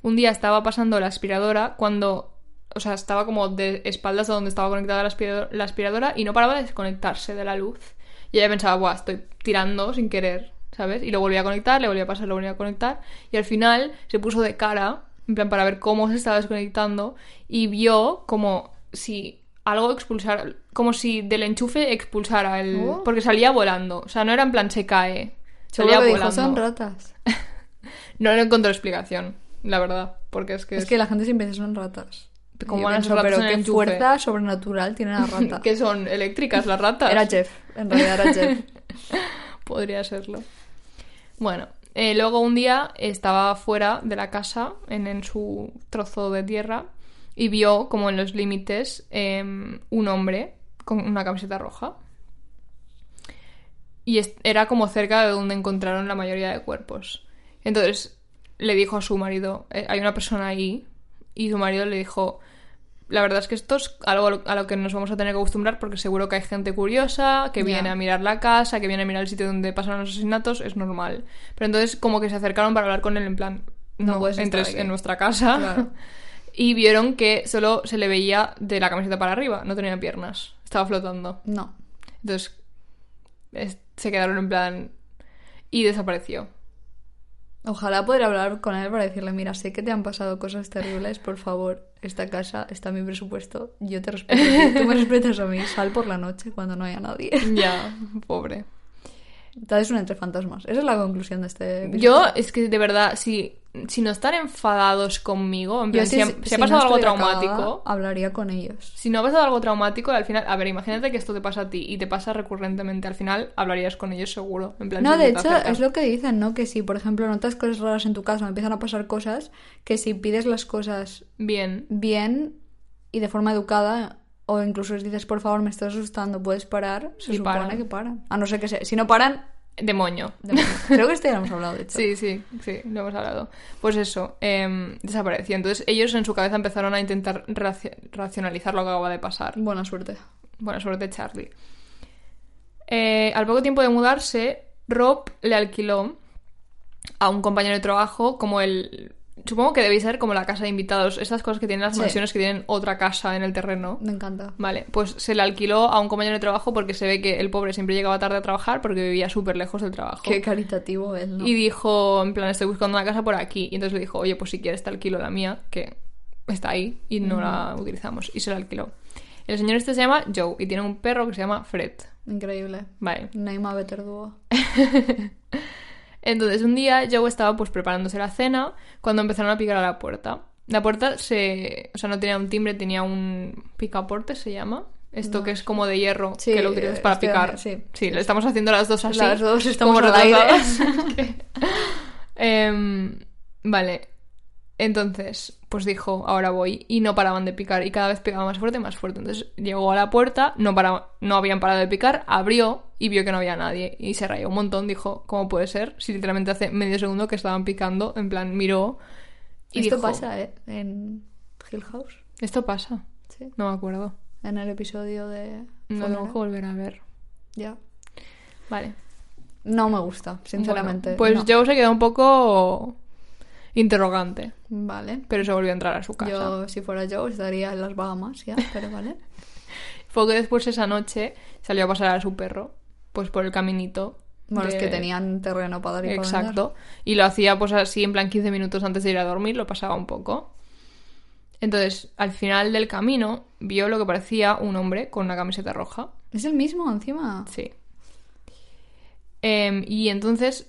S2: Un día estaba pasando la aspiradora cuando... O sea, estaba como de espaldas a donde estaba conectada la, aspirado- la aspiradora y no paraba de desconectarse de la luz. Y ella pensaba, Buah, estoy tirando sin querer, ¿sabes? Y lo volvía a conectar, le volvía a pasar, lo volvía a conectar. Y al final se puso de cara, en plan, para ver cómo se estaba desconectando. Y vio como si algo expulsara... Como si del enchufe expulsara el...
S1: Oh.
S2: Porque salía volando. O sea, no era en plan, se cae. Salía
S1: Seguro que dijo,
S2: volando.
S1: son ratas.
S2: No le encuentro explicación, la verdad. Porque es que.
S1: Es que la gente siempre piensa son ratas.
S2: ¿Cómo
S1: Y
S2: van a ser
S1: pienso,
S2: ratas
S1: Pero
S2: en el
S1: qué
S2: enchufe?
S1: fuerza sobrenatural tiene la rata.
S2: que son eléctricas las ratas.
S1: Era Jeff, en realidad era Jeff.
S2: Podría serlo. Bueno, eh, luego un día estaba fuera de la casa, en, en su trozo de tierra, y vio como en los límites em, un hombre con una camiseta roja. Y es- era como cerca de donde encontraron la mayoría de cuerpos. Entonces le dijo a su marido, "Eh, hay una persona ahí, y su marido le dijo, la verdad es que esto es algo a lo que nos vamos a tener que acostumbrar porque seguro que hay gente curiosa, que
S1: Ya.
S2: viene a mirar la casa, que viene a mirar el sitio donde pasan los asesinatos, es normal. Pero entonces como que se acercaron para hablar con él en plan,
S1: No
S2: no,
S1: puedes estar
S2: entres
S1: aquí".
S2: en nuestra casa.
S1: Claro.
S2: Y vieron que solo se le veía de la camiseta para arriba, no tenía piernas, estaba flotando.
S1: No.
S2: Entonces es- se quedaron en plan y desapareció.
S1: Ojalá poder hablar con él para decirle, mira, sé que te han pasado cosas terribles, por favor, esta casa está a mi presupuesto, yo te respeto, a ti, tú me respetas a mí, sal por la noche cuando no haya nadie.
S2: Ya, pobre.
S1: Tal es un entre fantasmas. Esa es la conclusión de este... episodio.
S2: Yo, es que de verdad, si, si no están enfadados conmigo, en plan,
S1: Yo,
S2: si, ha, si ha
S1: no
S2: pasado algo
S1: estuviera
S2: traumático,
S1: cagada, hablaría con ellos.
S2: si no ha pasado algo traumático, al final, a ver, imagínate que esto te pasa a ti y te pasa recurrentemente, al final hablarías con ellos seguro. En plan,
S1: No,
S2: si
S1: de
S2: te
S1: hecho,
S2: acercas.
S1: es lo que dicen, ¿no? Que si, por ejemplo, notas cosas raras en tu casa, empiezan a pasar cosas, que si pides las cosas
S2: Bien,
S1: bien y de forma educada, o incluso les dices, por favor, me estás asustando, puedes parar, se
S2: Y
S1: supone
S2: paran.
S1: que paran. A no ser que se... Si no paran,
S2: demonio.
S1: demonio. creo que esto ya lo hemos hablado, de hecho.
S2: Sí, sí, sí, lo hemos hablado. Pues eso, em, desapareció. Entonces ellos en su cabeza empezaron a intentar raci- racionalizar lo que acaba de pasar.
S1: Buena suerte.
S2: Buena suerte, Charlie. Eh, al poco tiempo de mudarse, Rob le alquiló a un compañero de trabajo como el... Supongo que debe ser como la casa de invitados, estas cosas que tienen las
S1: Sí.
S2: mansiones que tienen otra casa en el terreno.
S1: Me encanta.
S2: Vale, pues se le alquiló a un compañero de trabajo porque se ve que el pobre siempre llegaba tarde a trabajar porque vivía súper lejos del trabajo.
S1: Qué caritativo él, ¿no?
S2: Y dijo, en plan, estoy buscando una casa por aquí. Y entonces le dijo, oye, pues si quieres te alquilo la mía, que está ahí y no
S1: Mm.
S2: la utilizamos. Y se la alquiló. El señor este se llama Joe y tiene un perro que se llama Fred.
S1: Increíble.
S2: Vale.
S1: Neymar Better Duo.
S2: Entonces un día Joe estaba pues preparándose la cena cuando empezaron a picar a la puerta. La puerta se... O sea, no tenía un timbre, tenía un picaporte, se llama. Esto que es como de hierro,
S1: Mm. Sí,
S2: que lo utilizas para
S1: estoy-
S2: picar.
S1: sí.
S2: le estamos haciendo las dos así.
S1: Las dos estamos al
S2: retrasadas. Em, vale. Entonces, pues dijo, ahora voy. Y no paraban de picar. Y cada vez picaba más fuerte, más fuerte. Entonces llegó a la puerta, no, paraba- no habían parado de picar, abrió y vio que no había nadie. Y se rayó un montón. Dijo, ¿cómo puede ser? Si literalmente hace medio segundo que estaban picando, en plan, miró. Y
S1: Esto
S2: dijo,
S1: pasa, ¿eh? En Hill House.
S2: Esto pasa.
S1: Sí.
S2: No me acuerdo.
S1: En el episodio de.
S2: No tengo
S1: Funeral.
S2: que volver a ver.
S1: Ya.
S2: Vale.
S1: No me gusta, sinceramente.
S2: Bueno, pues
S1: No.
S2: Joe se quedó un poco interrogante,
S1: Vale.
S2: pero se volvió a entrar a su casa.
S1: Yo, si fuera yo, estaría en las Bahamas, ya, pero vale.
S2: Fue que después esa noche salió a pasar a su perro, pues por el caminito.
S1: Bueno, es
S2: de-
S1: que tenían terreno para dar y para vender.
S2: Exacto. Y lo hacía pues así en plan 15 minutos antes de ir a dormir, lo pasaba un poco. Entonces, al final del camino, vio lo que parecía un hombre con una camiseta roja.
S1: Es el mismo, encima.
S2: Sí. Em, y entonces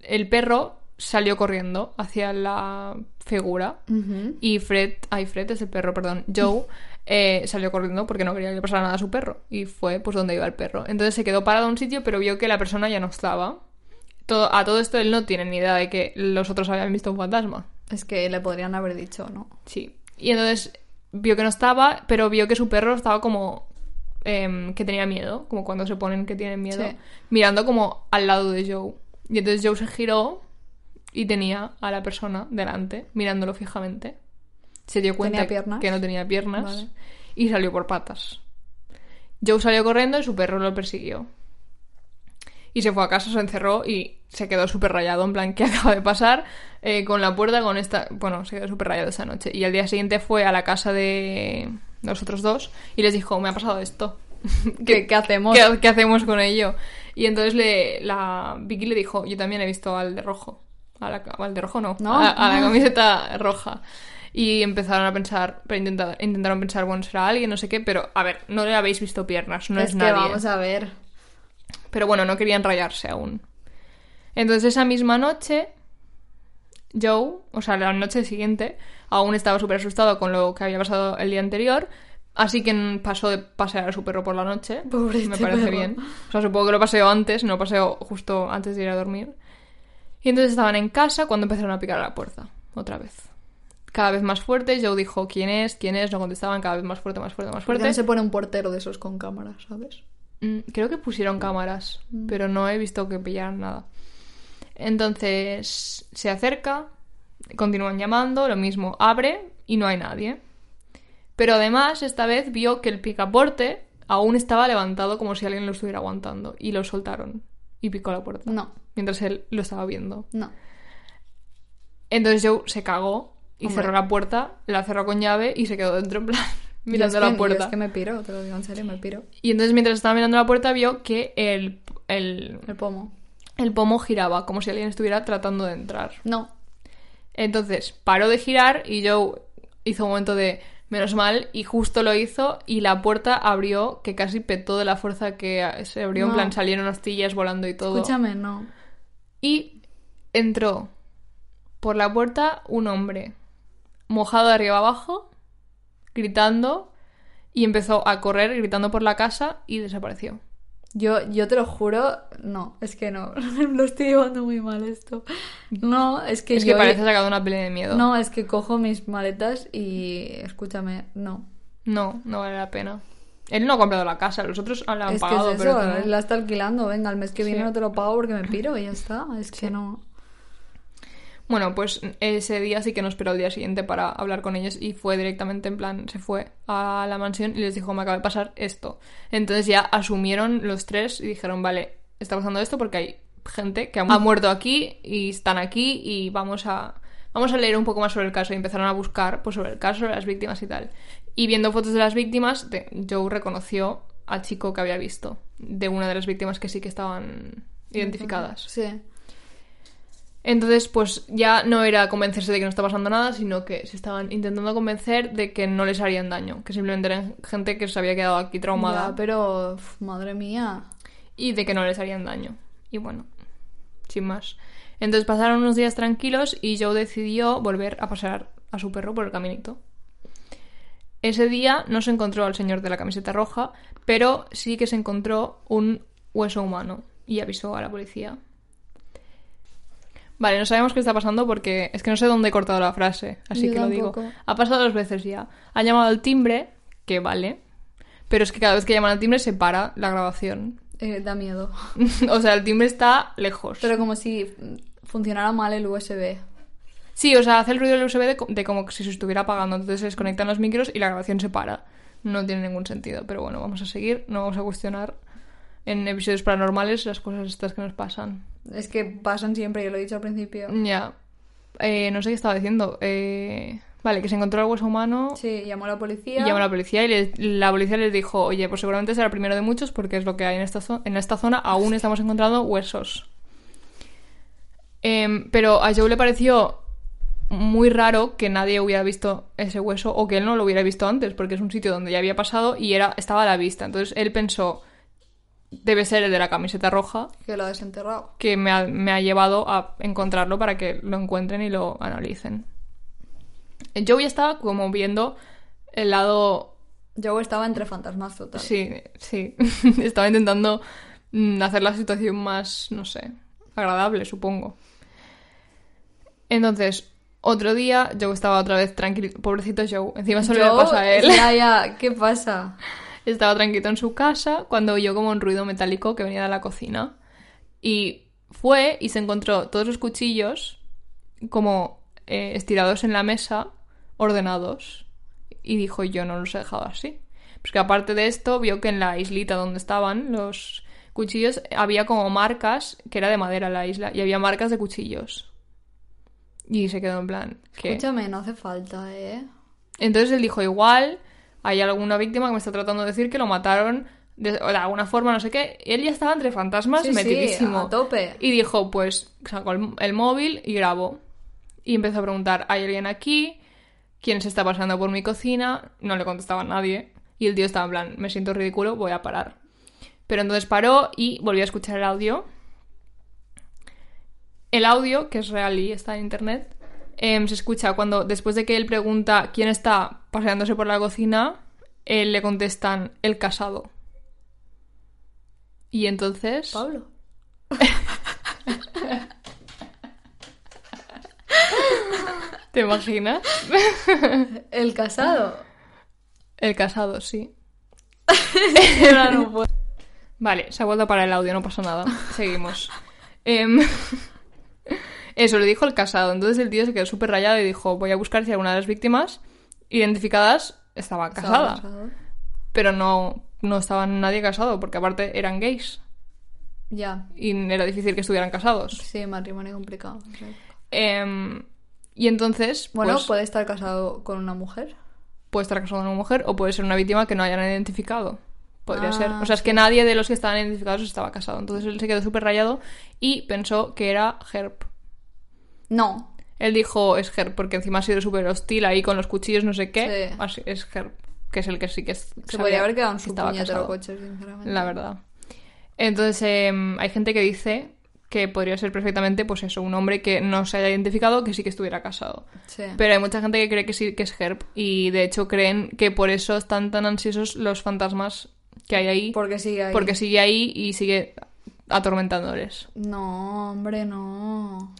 S2: el perro salió corriendo hacia la figura
S1: Ujú.
S2: y Fred, ay Fred es el perro, perdón, Joe eh, salió corriendo porque no quería que le pasara nada a su perro y fue pues donde iba el perro. Entonces se quedó parado en un sitio pero vio que la persona ya no estaba. Todo- a todo esto él no tiene ni idea de que los otros habían visto un fantasma.
S1: Es que le podrían haber dicho, ¿no?
S2: Sí. Y entonces vio que no estaba, pero vio que su perro estaba como... em, que tenía miedo, como cuando se ponen que tienen miedo,
S1: Sí.
S2: mirando como al lado de Joe. Y entonces Joe se giró y tenía a la persona delante, mirándolo fijamente. Se dio cuenta
S1: ¿Tenía piernas?
S2: que no tenía piernas
S1: Vale.
S2: y salió por patas. Joe salió corriendo y su perro lo persiguió. Y se fue a casa, se encerró y se quedó súper rayado, en plan, ¿qué acaba de pasar? Eh, con la puerta, con esta... Bueno, se quedó súper rayado esa noche. Y al día siguiente fue a la casa de los otros dos y les dijo, me ha pasado esto.
S1: ¿Qué, qué hacemos?
S2: ¿Qué, qué hacemos con ello? Y entonces le, la Vicky le dijo, yo también he visto al de rojo. A la ca- al de rojo no,
S1: No. Ah.
S2: A, a la camiseta roja. Y empezaron a pensar, pero intenta- intentaron pensar, bueno, será alguien, no sé qué, pero a ver, no le habéis visto piernas, no es,
S1: es que
S2: nadie.
S1: vamos a ver.
S2: Pero bueno, no querían rayarse aún. Entonces esa misma noche, Joe, o sea, la noche siguiente, aún estaba súper asustado con lo que había pasado el día anterior, así que pasó de pasear a su perro por la noche.
S1: Pobre
S2: me
S1: este
S2: parece
S1: perro.
S2: bien. O sea, supongo que lo paseó antes, no lo paseó justo antes de ir a dormir. Y entonces estaban en casa cuando empezaron a picar a la puerta, otra vez. Cada vez más fuerte, Joe dijo quién es, quién es, no contestaban, cada vez más fuerte, más fuerte, más
S1: ¿Por
S2: fuerte.
S1: qué no se pone un portero de esos con cámara, ¿sabes?
S2: Mm, Creo que pusieron cámaras,
S1: Mm.
S2: pero no he visto que pillaran nada. Entonces se acerca, continúan llamando, lo mismo, abre y no hay nadie. Pero además, esta vez vio que el picaporte aún estaba levantado como si alguien lo estuviera aguantando. Y lo soltaron. Y picó la puerta.
S1: No,
S2: Mientras él lo estaba viendo.
S1: no.
S2: Entonces Joe se cagó y
S1: Hombre.
S2: cerró la puerta, la cerró con llave y se quedó dentro en plan mirando
S1: Yo es que-
S2: la puerta.
S1: yo es que me piro, te lo digo en serio, me piro.
S2: Y entonces mientras estaba mirando la puerta vio que el, el,
S1: El pomo.
S2: el pomo giraba, como si alguien estuviera tratando de entrar.
S1: No.
S2: Entonces paró de girar y Joe hizo un momento de menos mal y justo lo hizo y la puerta abrió que casi petó de la fuerza que eh, se abrió, en
S1: No.
S2: plan salieron hostillas volando y todo.
S1: Escúchame, no.
S2: Y entró por la puerta un hombre, mojado de arriba abajo, gritando, y empezó a correr gritando por la casa y desapareció.
S1: Yo, yo te lo juro, no, es que no. lo estoy llevando muy mal esto. No, es que
S2: es
S1: yo.
S2: que parece sacado de una peli de miedo.
S1: No, es que cojo mis maletas y escúchame, no.
S2: no, no vale la pena. Él no ha comprado la casa, los otros la han
S1: es que
S2: pagado,
S1: es eso,
S2: pero tú no.
S1: la está alquilando, venga, el mes que viene
S2: Sí.
S1: no te lo pago porque me piro y ya está. Es que no.
S2: Bueno, pues ese día sí que no esperó el día siguiente para hablar con ellos y fue directamente en plan, se fue a la mansión y les dijo, me acaba de pasar esto. Entonces ya asumieron los tres y dijeron, vale, está pasando esto porque hay gente que ha, mu- ha muerto aquí y están aquí y vamos a, vamos a leer un poco más sobre el caso y empezaron a buscar pues, sobre el caso, sobre las víctimas y tal. Y viendo fotos de las víctimas, te- Joe reconoció al chico que había visto, de una de las víctimas que sí que estaban identificadas.
S1: Sí.
S2: Entonces, pues ya no era convencerse de que no está pasando nada, sino que se estaban intentando convencer de que no les harían daño, que simplemente eran gente que se había quedado aquí traumada
S1: Ya, pero, uf, madre mía.
S2: y de que no les harían daño. Y bueno, sin más. Entonces pasaron unos días tranquilos y Joe decidió volver a pasear a su perro por el caminito. Ese día no se encontró al señor de la camiseta roja, pero sí que se encontró un hueso humano y avisó a la policía. Vale, no sabemos qué está pasando porque es que no sé dónde he cortado la frase, así
S1: Yo
S2: que lo
S1: tampoco.
S2: digo. Ha pasado dos veces ya. Ha llamado al timbre, que vale, pero es que cada vez que llaman al timbre se para la grabación.
S1: Eh, da miedo.
S2: o sea, el timbre está lejos.
S1: Pero como si mm, funcionara mal el USB.
S2: Sí, o sea, hace el ruido del USB de, co- de como que si se estuviera apagando. Entonces se desconectan los micros y la grabación se para. No tiene ningún sentido. Pero bueno, vamos a seguir. No vamos a cuestionar en episodios paranormales las cosas estas que nos pasan.
S1: Es que pasan siempre, yo lo he dicho al principio.
S2: Ya. Eh, no sé qué estaba diciendo. Eh, vale, que se encontró el hueso humano.
S1: Sí, llamó a la
S2: Y
S1: policía.
S2: llamó a la policía y les- la policía les dijo, oye, pues seguramente será el primero de muchos porque es lo que hay en esta, zo- en esta zona, aún estamos encontrando huesos. Em, pero a Joe le pareció muy raro que nadie hubiera visto ese hueso o que él no lo hubiera visto antes porque es un sitio donde ya había pasado y era, estaba a la vista. Entonces él pensó, debe ser el de la camiseta roja
S1: Que lo ha desenterrado.
S2: que me ha, me ha llevado a encontrarlo para que lo encuentren y lo analicen. Joey estaba como viendo el lado
S1: Yo estaba entre fantasmas total.
S2: Sí, sí. Estaba intentando mm, hacer la situación más, no sé, agradable, supongo. Entonces, otro día, Joe estaba otra vez tranquilo. Pobrecito Joe, encima solo
S1: Yo-
S2: le pasa a él.
S1: Ya, ya, ¿qué pasa?
S2: Estaba tranquilo en su casa cuando oyó como un ruido metálico que venía de la cocina. Y fue y se encontró todos los cuchillos como eh, estirados en la mesa, ordenados. Y dijo, yo no los he dejado así. Pues que aparte de esto, vio que en la islita donde estaban los cuchillos había como marcas, que era de madera la isla, y había marcas de cuchillos. Y se quedó en plan, ¿qué?
S1: Escúchame, no hace falta, ¿eh?
S2: Entonces él dijo, igual hay alguna víctima que me está tratando de decir que lo mataron de, o de alguna forma, no sé qué. Él ya estaba entre fantasmas
S1: Sí, sí,
S2: metidísimo.
S1: a tope.
S2: Y dijo, pues sacó el, el móvil y grabó. Y empezó a preguntar, ¿hay alguien aquí? ¿Quién se está pasando por mi cocina? No le contestaba nadie. Y el tío estaba en plan, me siento ridículo, voy a parar. Pero entonces paró y volvió a escuchar el audio. El audio, que es real y está en internet, em, se escucha cuando después de que él pregunta quién está paseándose por la cocina, él le contestan el casado. Y entonces...
S1: Pablo.
S2: ¿Te imaginas?
S1: El casado.
S2: El casado, sí.
S1: Ahora no
S2: pues.
S1: puedo.
S2: Vale, se ha vuelto para el audio, no pasa nada. Seguimos. Em, eso, le dijo el casado. Entonces el tío se quedó súper rayado y dijo, voy a buscar si alguna de las víctimas identificadas
S1: Estaba
S2: estaba Ah, casada,
S1: casado.
S2: pero no, no estaba nadie casado, porque aparte eran gays
S1: Ya.
S2: y era difícil que estuvieran casados.
S1: Sí, matrimonio complicado. o sea.
S2: Em, y entonces,
S1: Bueno,
S2: pues,
S1: puede estar casado con una mujer.
S2: puede estar casado con una mujer o puede ser una víctima que no hayan identificado. Podría
S1: Ah,
S2: ser. O sea, es que nadie de los que estaban identificados estaba casado. Entonces él se quedó súper rayado y pensó que era Herb.
S1: No.
S2: Él dijo es Herb porque encima ha sido súper hostil ahí con los cuchillos, no sé qué.
S1: Sí.
S2: Así- Es Herb, que es el que sí que es-
S1: Se
S2: sabía
S1: podría haber quedado en
S2: que
S1: su
S2: estaba
S1: puñetero
S2: casado,
S1: coche, sinceramente.
S2: La verdad. Entonces em, hay gente que dice que podría ser perfectamente, pues eso, un hombre que no se haya identificado que sí que estuviera casado.
S1: Sí.
S2: Pero hay mucha gente que cree que sí que es Herb y de hecho creen que por eso están tan ansiosos los fantasmas que hay ahí,
S1: Porque sigue ahí.
S2: porque sigue ahí y sigue atormentándoles.
S1: No, hombre, no.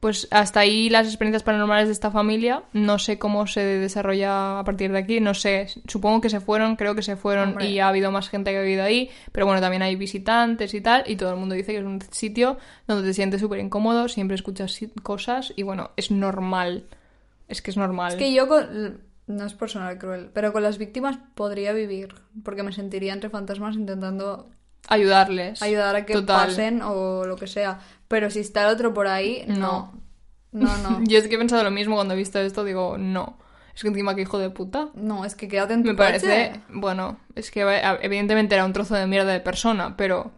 S2: Pues hasta ahí las experiencias paranormales de esta familia. No sé cómo se desarrolla a partir de aquí. No sé, supongo que se fueron, creo que se fueron
S1: Hombre.
S2: y ha habido más gente que ha vivido ahí. Pero bueno, también hay visitantes y tal. Y todo el mundo dice que es un sitio donde te sientes súper incómodo, siempre escuchas si- cosas y bueno, es normal. Es que es normal.
S1: Es que yo con... No es personal cruel, pero con las víctimas podría vivir, porque me sentiría entre fantasmas intentando
S2: Ayudarles.
S1: ayudar a que
S2: Total.
S1: pasen o lo que sea. Pero si está el otro por ahí, no. No, no.
S2: Yo es que he pensado lo mismo cuando he visto esto, digo, no. Es que encima que hijo de puta.
S1: No, es que quédate en tu
S2: Me parece,
S1: coche.
S2: bueno, es que eh, evidentemente era un trozo de mierda de persona, pero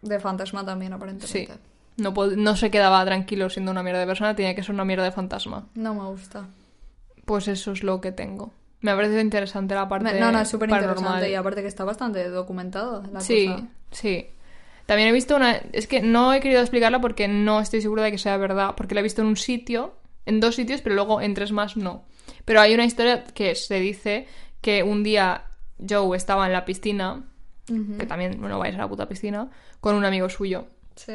S1: De fantasma también,
S2: sí.
S1: aparentemente.
S2: No, pod- no se quedaba tranquilo siendo una mierda de persona, tenía que ser una mierda de fantasma.
S1: No me gusta.
S2: Pues eso es lo que tengo. Me ha parecido interesante la parte
S1: Me- no, no, es súper interesante
S2: paranormal.
S1: y aparte que está bastante documentado la
S2: sí,
S1: cosa.
S2: sí. También he visto una... Es que no he querido explicarla porque no estoy segura de que sea verdad, porque la he visto en un sitio, en dos sitios, pero luego en tres más no. Pero hay una historia que se dice que un día Joe estaba en la piscina, que
S1: Mm.
S2: también, bueno, vais a la puta piscina, con un amigo suyo.
S1: Sí.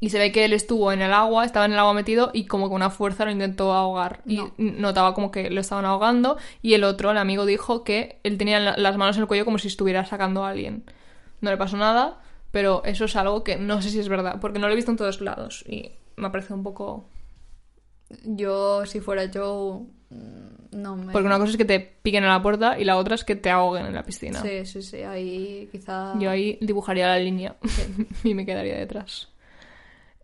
S2: Y se ve que él estuvo en el agua, estaba en el agua metido y como con una fuerza lo intentó ahogar. Y
S1: No.
S2: notaba como que lo estaban ahogando. Y el otro, el amigo, dijo que él tenía la- las manos en el cuello como si estuviera sacando a alguien. No le pasó nada, pero eso es algo que no sé si es verdad, porque no lo he visto en todos lados. Y me parece un poco...
S1: Yo, si fuera yo, mm, no me...
S2: Porque una cosa es que te piquen a la puerta y la otra es que te ahoguen en la piscina.
S1: Sí, sí, sí, ahí quizá...
S2: Yo ahí dibujaría la línea
S1: Sí.
S2: y me quedaría detrás.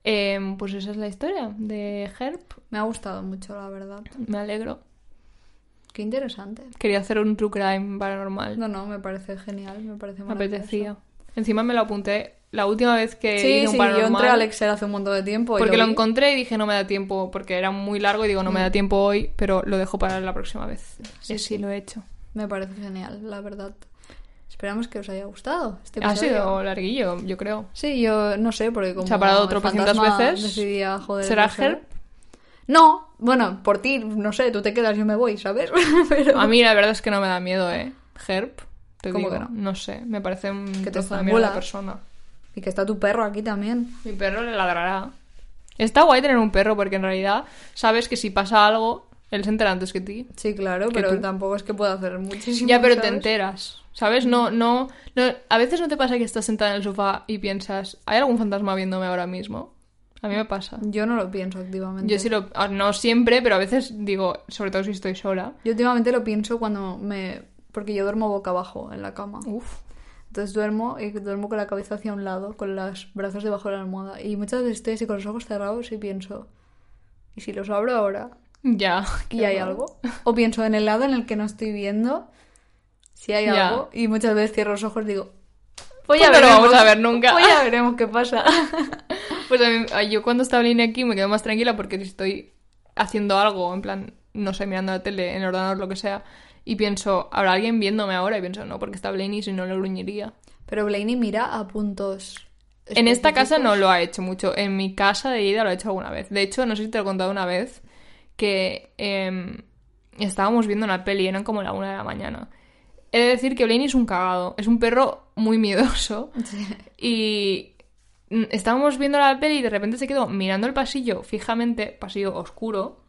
S2: Em, pues esa es la historia de Herb.
S1: Me ha gustado mucho, la verdad.
S2: Me alegro.
S1: Qué interesante.
S2: Quería hacer un true crime paranormal.
S1: No, no, me parece genial, me parece
S2: me
S1: maravilloso.
S2: apetecía. Encima me lo apunté la última vez que
S1: Sí,
S2: hice un
S1: sí, yo
S2: paranormal.
S1: entré a Alexer hace un montón de tiempo y
S2: porque lo,
S1: vi. Mm.
S2: encontré y dije no me da tiempo porque era muy largo y digo no me da tiempo hoy, pero lo dejo para la próxima vez.
S1: Sí,
S2: y así
S1: sí.
S2: lo he hecho.
S1: Me parece genial, la verdad. Esperamos que os haya gustado este
S2: Ha
S1: episodio.
S2: sido larguillo, yo creo.
S1: Sí, yo no sé, porque como
S2: ¿Ah, Se ha parado
S1: el
S2: tropecientas
S1: fantasma
S2: veces.
S1: decidía joder.
S2: ¿Será
S1: no sé.
S2: Herb?
S1: No, bueno, por ti, no sé, tú te quedas, yo me voy, ¿sabes? Pero...
S2: A mí la verdad es que no me da miedo, ¿eh? Herb, te
S1: ¿Cómo
S2: digo.
S1: que
S2: no?
S1: no?
S2: sé, me parece un
S1: te
S2: trozo de mierda de
S1: estrangula.
S2: persona.
S1: Y que está tu perro aquí también.
S2: Mi perro le ladrará. Está guay tener un perro porque en realidad sabes que si pasa algo, él se entera antes que ti.
S1: Sí, claro,
S2: Que
S1: pero
S2: tú.
S1: tampoco es que pueda hacer muchísimo.
S2: Ya, pero te
S1: ¿sabes?
S2: enteras, ¿sabes? No, no, no. A veces no te pasa que estás sentada en el sofá y piensas, ¿hay algún fantasma viéndome ahora mismo? A mí me pasa.
S1: Yo no lo pienso activamente.
S2: Yo sí lo. ah, No siempre, pero a veces digo, sobre todo si estoy sola.
S1: Yo últimamente lo pienso cuando me... Porque yo duermo boca abajo en la cama.
S2: Uf.
S1: Entonces duermo y duermo con la cabeza hacia un lado, con los brazos debajo de la almohada. Y muchas veces estoy así con los ojos cerrados y pienso, ¿y si los abro ahora?
S2: Ya.
S1: ¿Y
S2: qué
S1: hay
S2: mal.
S1: algo? O pienso en el lado en el que no estoy viendo, si hay
S2: Ya.
S1: algo. Y muchas veces cierro los ojos y digo,
S2: Pues no lo vamos a ver nunca.
S1: Pues ya veremos qué pasa.
S2: Pues a mí- a- yo cuando estaba línea aquí me quedo más tranquila porque si estoy haciendo algo, en plan, no sé, mirando la tele, en el ordenador, lo que sea, y pienso, ¿habrá alguien viéndome ahora? Y pienso, no, porque está Blaney, si no lo gruñiría.
S1: Pero Blaney mira a puntos.
S2: En esta casa
S1: específicos.
S2: no lo ha hecho mucho. En mi casa de ida lo ha hecho alguna vez. De hecho, no sé si te lo he contado una vez, que em, estábamos viendo una peli, eran como la una de la mañana. He de decir que Blaney es un cagado, es un perro muy miedoso. Y mm, estábamos viendo la peli y de repente se quedó mirando el pasillo fijamente, pasillo oscuro,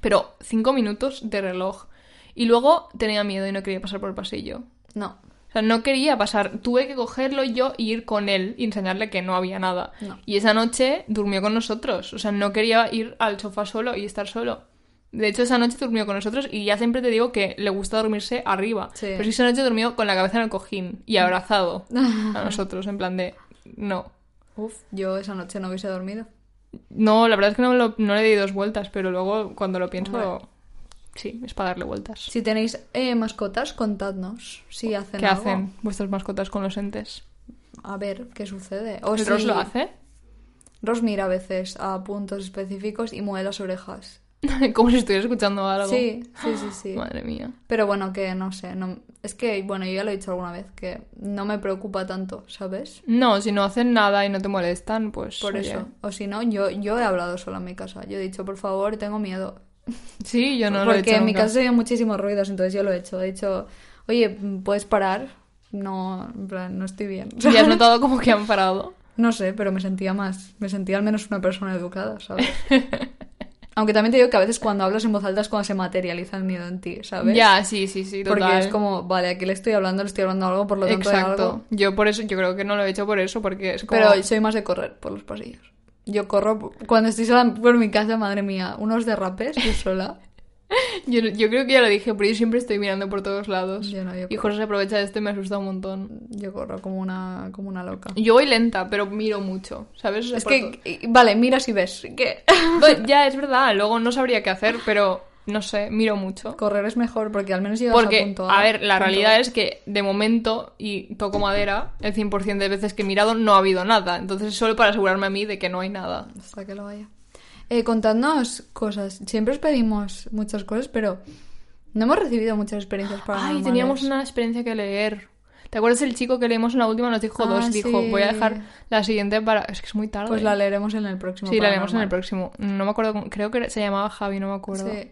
S2: pero cinco minutos de reloj. Y luego tenía miedo y no quería pasar por el pasillo.
S1: No.
S2: O sea, no quería pasar. Tuve que cogerlo yo y ir con él y enseñarle que no había nada.
S1: No.
S2: Y esa noche durmió con nosotros. O sea, no quería ir al sofá solo y estar solo. De hecho, esa noche durmió con nosotros y ya siempre te digo que le gusta dormirse arriba.
S1: Sí.
S2: Pero sí, esa noche durmió con la cabeza en el cojín y abrazado a nosotros, en plan de. No.
S1: Uf, yo esa noche no hubiese dormido.
S2: No, la verdad es que no, me lo- no le di dos vueltas, pero luego cuando lo pienso.
S1: Hombre.
S2: Sí, es para darle vueltas.
S1: Si tenéis eh, mascotas, contadnos si hacen
S2: ¿Qué
S1: algo.
S2: hacen vuestras mascotas con los entes?
S1: A ver qué sucede. O
S2: ¿Otros
S1: si-
S2: lo hace?
S1: Ross mira a veces a puntos específicos y mueve las orejas.
S2: Como si estuviera escuchando algo.
S1: Sí, sí, sí, sí.
S2: Madre mía.
S1: Pero bueno, que no sé. No... Es que, bueno, yo ya lo he dicho alguna vez, que no me preocupa tanto, ¿sabes?
S2: No, si no hacen nada y no te molestan, pues.
S1: Por
S2: oye.
S1: eso. O si no, yo, yo he hablado sola en mi casa. Yo he dicho, por favor, tengo miedo.
S2: Sí, yo no lo he
S1: Porque
S2: hecho
S1: en mi
S2: nunca.
S1: casa se oyen muchísimos ruidos, entonces yo lo he hecho. He dicho, oye, ¿puedes parar? No, en plan, no estoy bien.
S2: ¿Y has notado como que han parado?
S1: No sé, pero me sentía más. Me sentía al menos una persona educada, ¿sabes? Aunque también te digo que a veces cuando hablas en voz alta es cuando se materializa el miedo en ti, ¿sabes?
S2: Ya, sí, sí, sí,
S1: Porque
S2: total.
S1: es como, vale, aquí le estoy hablando, le estoy hablando algo, por lo tanto de
S2: Exacto.
S1: algo.
S2: Yo por eso, yo creo que no lo he hecho por eso, porque es como...
S1: Pero soy más de correr por los pasillos. Yo corro cuando estoy sola por mi casa, madre mía, unos derrapes, yo sola.
S2: yo, yo creo que ya lo dije, pero yo siempre estoy mirando por todos lados.
S1: Yo no, yo
S2: y Jorge se aprovecha de esto y me asusta un montón.
S1: Yo corro como una, como una loca.
S2: Yo voy lenta, pero miro mucho, ¿sabes? O sea,
S1: Es
S2: por
S1: que, y- vale, miras y ves que
S2: todo- Bueno, ya, es verdad, luego no sabría qué hacer, pero no sé, miro mucho.
S1: correr es mejor porque al menos llegas a
S2: Porque,
S1: punto
S2: a ver, la
S1: punto
S2: realidad
S1: B.
S2: es que de momento, y toco madera, el 100% de veces que he mirado no ha habido nada. Entonces, solo para asegurarme a mí de que no hay nada.
S1: Hasta que lo vaya. Eh, contadnos cosas. Siempre os pedimos muchas cosas, pero no hemos recibido muchas experiencias para
S2: Ay, teníamos una experiencia que leer. ¿Te acuerdas el chico que leímos en la última? Nos dijo
S1: Ah,
S2: dos. Dijo,
S1: sí.
S2: voy a dejar la siguiente para. Es que es muy tarde.
S1: Pues la leeremos en el próximo.
S2: Sí, la leemos en el
S1: Paranormal.
S2: próximo. No me acuerdo. cómo- Creo que se llamaba Javi, no me acuerdo.
S1: Sí.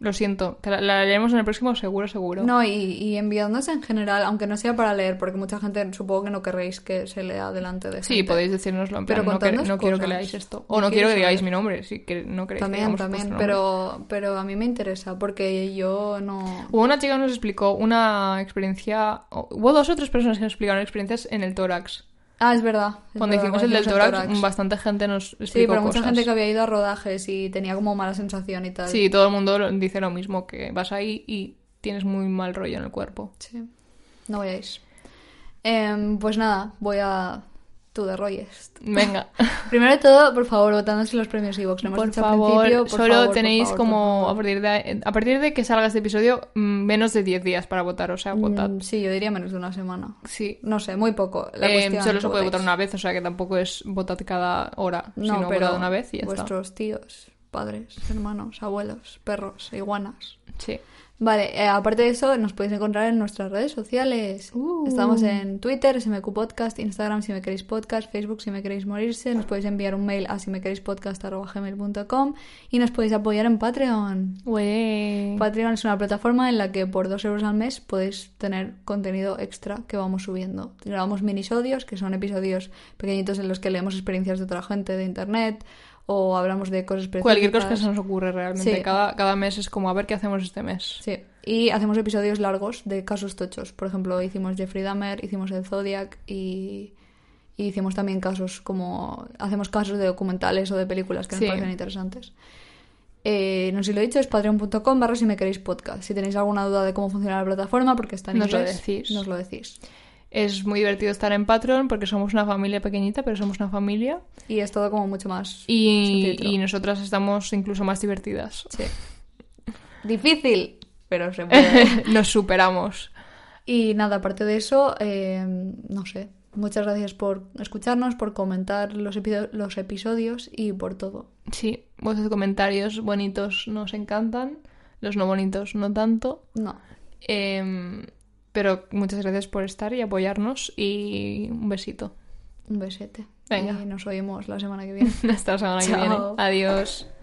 S2: Lo siento. Te la, la leeremos en el próximo, seguro, seguro.
S1: No, y, y enviándonos en general, aunque no sea para leer, porque mucha gente supongo que no querréis que se lea delante de
S2: sí,
S1: gente.
S2: podéis decírnoslo. En plan,
S1: Pero
S2: no, que-
S1: contadnos
S2: no quiero que
S1: cosas.
S2: leáis esto.
S1: Yo
S2: O
S1: quiero
S2: no quiero que digáis mi
S1: saber.
S2: nombre. Sí, que no queréis que
S1: También,
S2: digamos
S1: también,
S2: vuestro nombre.
S1: pero, pero a mí me interesa, porque yo no...
S2: Hubo una chica que nos explicó una experiencia. o- Hubo dos o tres personas que nos explicaron experiencias en el tórax.
S1: Ah, es verdad. es
S2: Cuando
S1: verdad,
S2: hicimos el del tórax,
S1: tórax.
S2: bastante gente nos explicó
S1: Sí, pero mucha
S2: cosas.
S1: gente que había ido a rodajes y tenía como mala sensación y tal.
S2: Sí, todo el mundo lo- dice lo mismo, que vas ahí y tienes muy mal rollo en el cuerpo.
S1: Sí. No vayáis. Em, pues nada, voy a tu de Royes.
S2: Venga,
S1: Primero de todo, por favor, votadnos en los premios Evox. Lo hemos
S2: por
S1: dicho
S2: favor,
S1: al principio. por
S2: solo
S1: favor, por
S2: tenéis
S1: favor,
S2: como a partir, de, a partir de que salga este episodio mm, menos de 10 días para votar, o sea,
S1: por favor.
S2: votad.
S1: Mm, sí, yo diría menos de una semana.
S2: Sí,
S1: No sé, muy poco. La
S2: Eh,
S1: cuestión
S2: solo
S1: que
S2: se puede votar
S1: votéis.
S2: una vez, o sea que tampoco es votad cada hora,
S1: No,
S2: sino
S1: pero
S2: votad una vez y ya
S1: vuestros tíos, padres, hermanos, abuelos, perros, e iguanas.
S2: está. Sí.
S1: Vale, eh, aparte de eso, nos podéis encontrar en nuestras redes sociales.
S2: Uh.
S1: Estamos en Twitter, SMQ Podcast, Instagram, si me queréis podcast, Facebook, si me queréis morirse. Nos podéis enviar un mail a si me queréis podcast.gmail.com y nos podéis apoyar en Patreon.
S2: Güey.
S1: Patreon es una plataforma en la que por dos euros al mes podéis tener contenido extra que vamos subiendo. Grabamos minisodios, que son episodios pequeñitos en los que leemos experiencias de otra gente de internet o hablamos de cosas específicas.
S2: Cualquier cosa que se nos ocurre realmente.
S1: Sí.
S2: Cada, cada mes es como a ver qué hacemos este mes.
S1: Sí, y hacemos episodios largos de casos tochos. Por ejemplo, hicimos Jeffrey Dahmer, hicimos el Zodiac y, y hicimos también casos como... Hacemos casos de documentales o de películas que
S2: Sí.
S1: nos parecen interesantes. Eh, no sé si lo he dicho, es patreon.com barra si me queréis podcast. Si tenéis alguna duda de cómo funciona la plataforma, porque está en
S2: Nos lo
S1: inglés,
S2: decís.
S1: nos lo decís.
S2: Es muy divertido estar en Patreon porque somos una familia pequeñita, pero somos una familia.
S1: Y es todo como mucho más...
S2: Y,
S1: sencillo.
S2: y nosotras estamos incluso más divertidas.
S1: Sí. Difícil, pero se puede.
S2: Nos superamos.
S1: Y nada, aparte de eso, eh, no sé. Muchas gracias por escucharnos, por comentar los, epido- los episodios y por todo.
S2: Sí, vuestros comentarios bonitos nos encantan, los no bonitos no tanto.
S1: No.
S2: Em, pero muchas gracias por estar y apoyarnos y un besito.
S1: Un besete.
S2: Venga.
S1: Y nos oímos la semana que viene.
S2: Hasta la semana que viene.
S1: Chao.
S2: Adiós.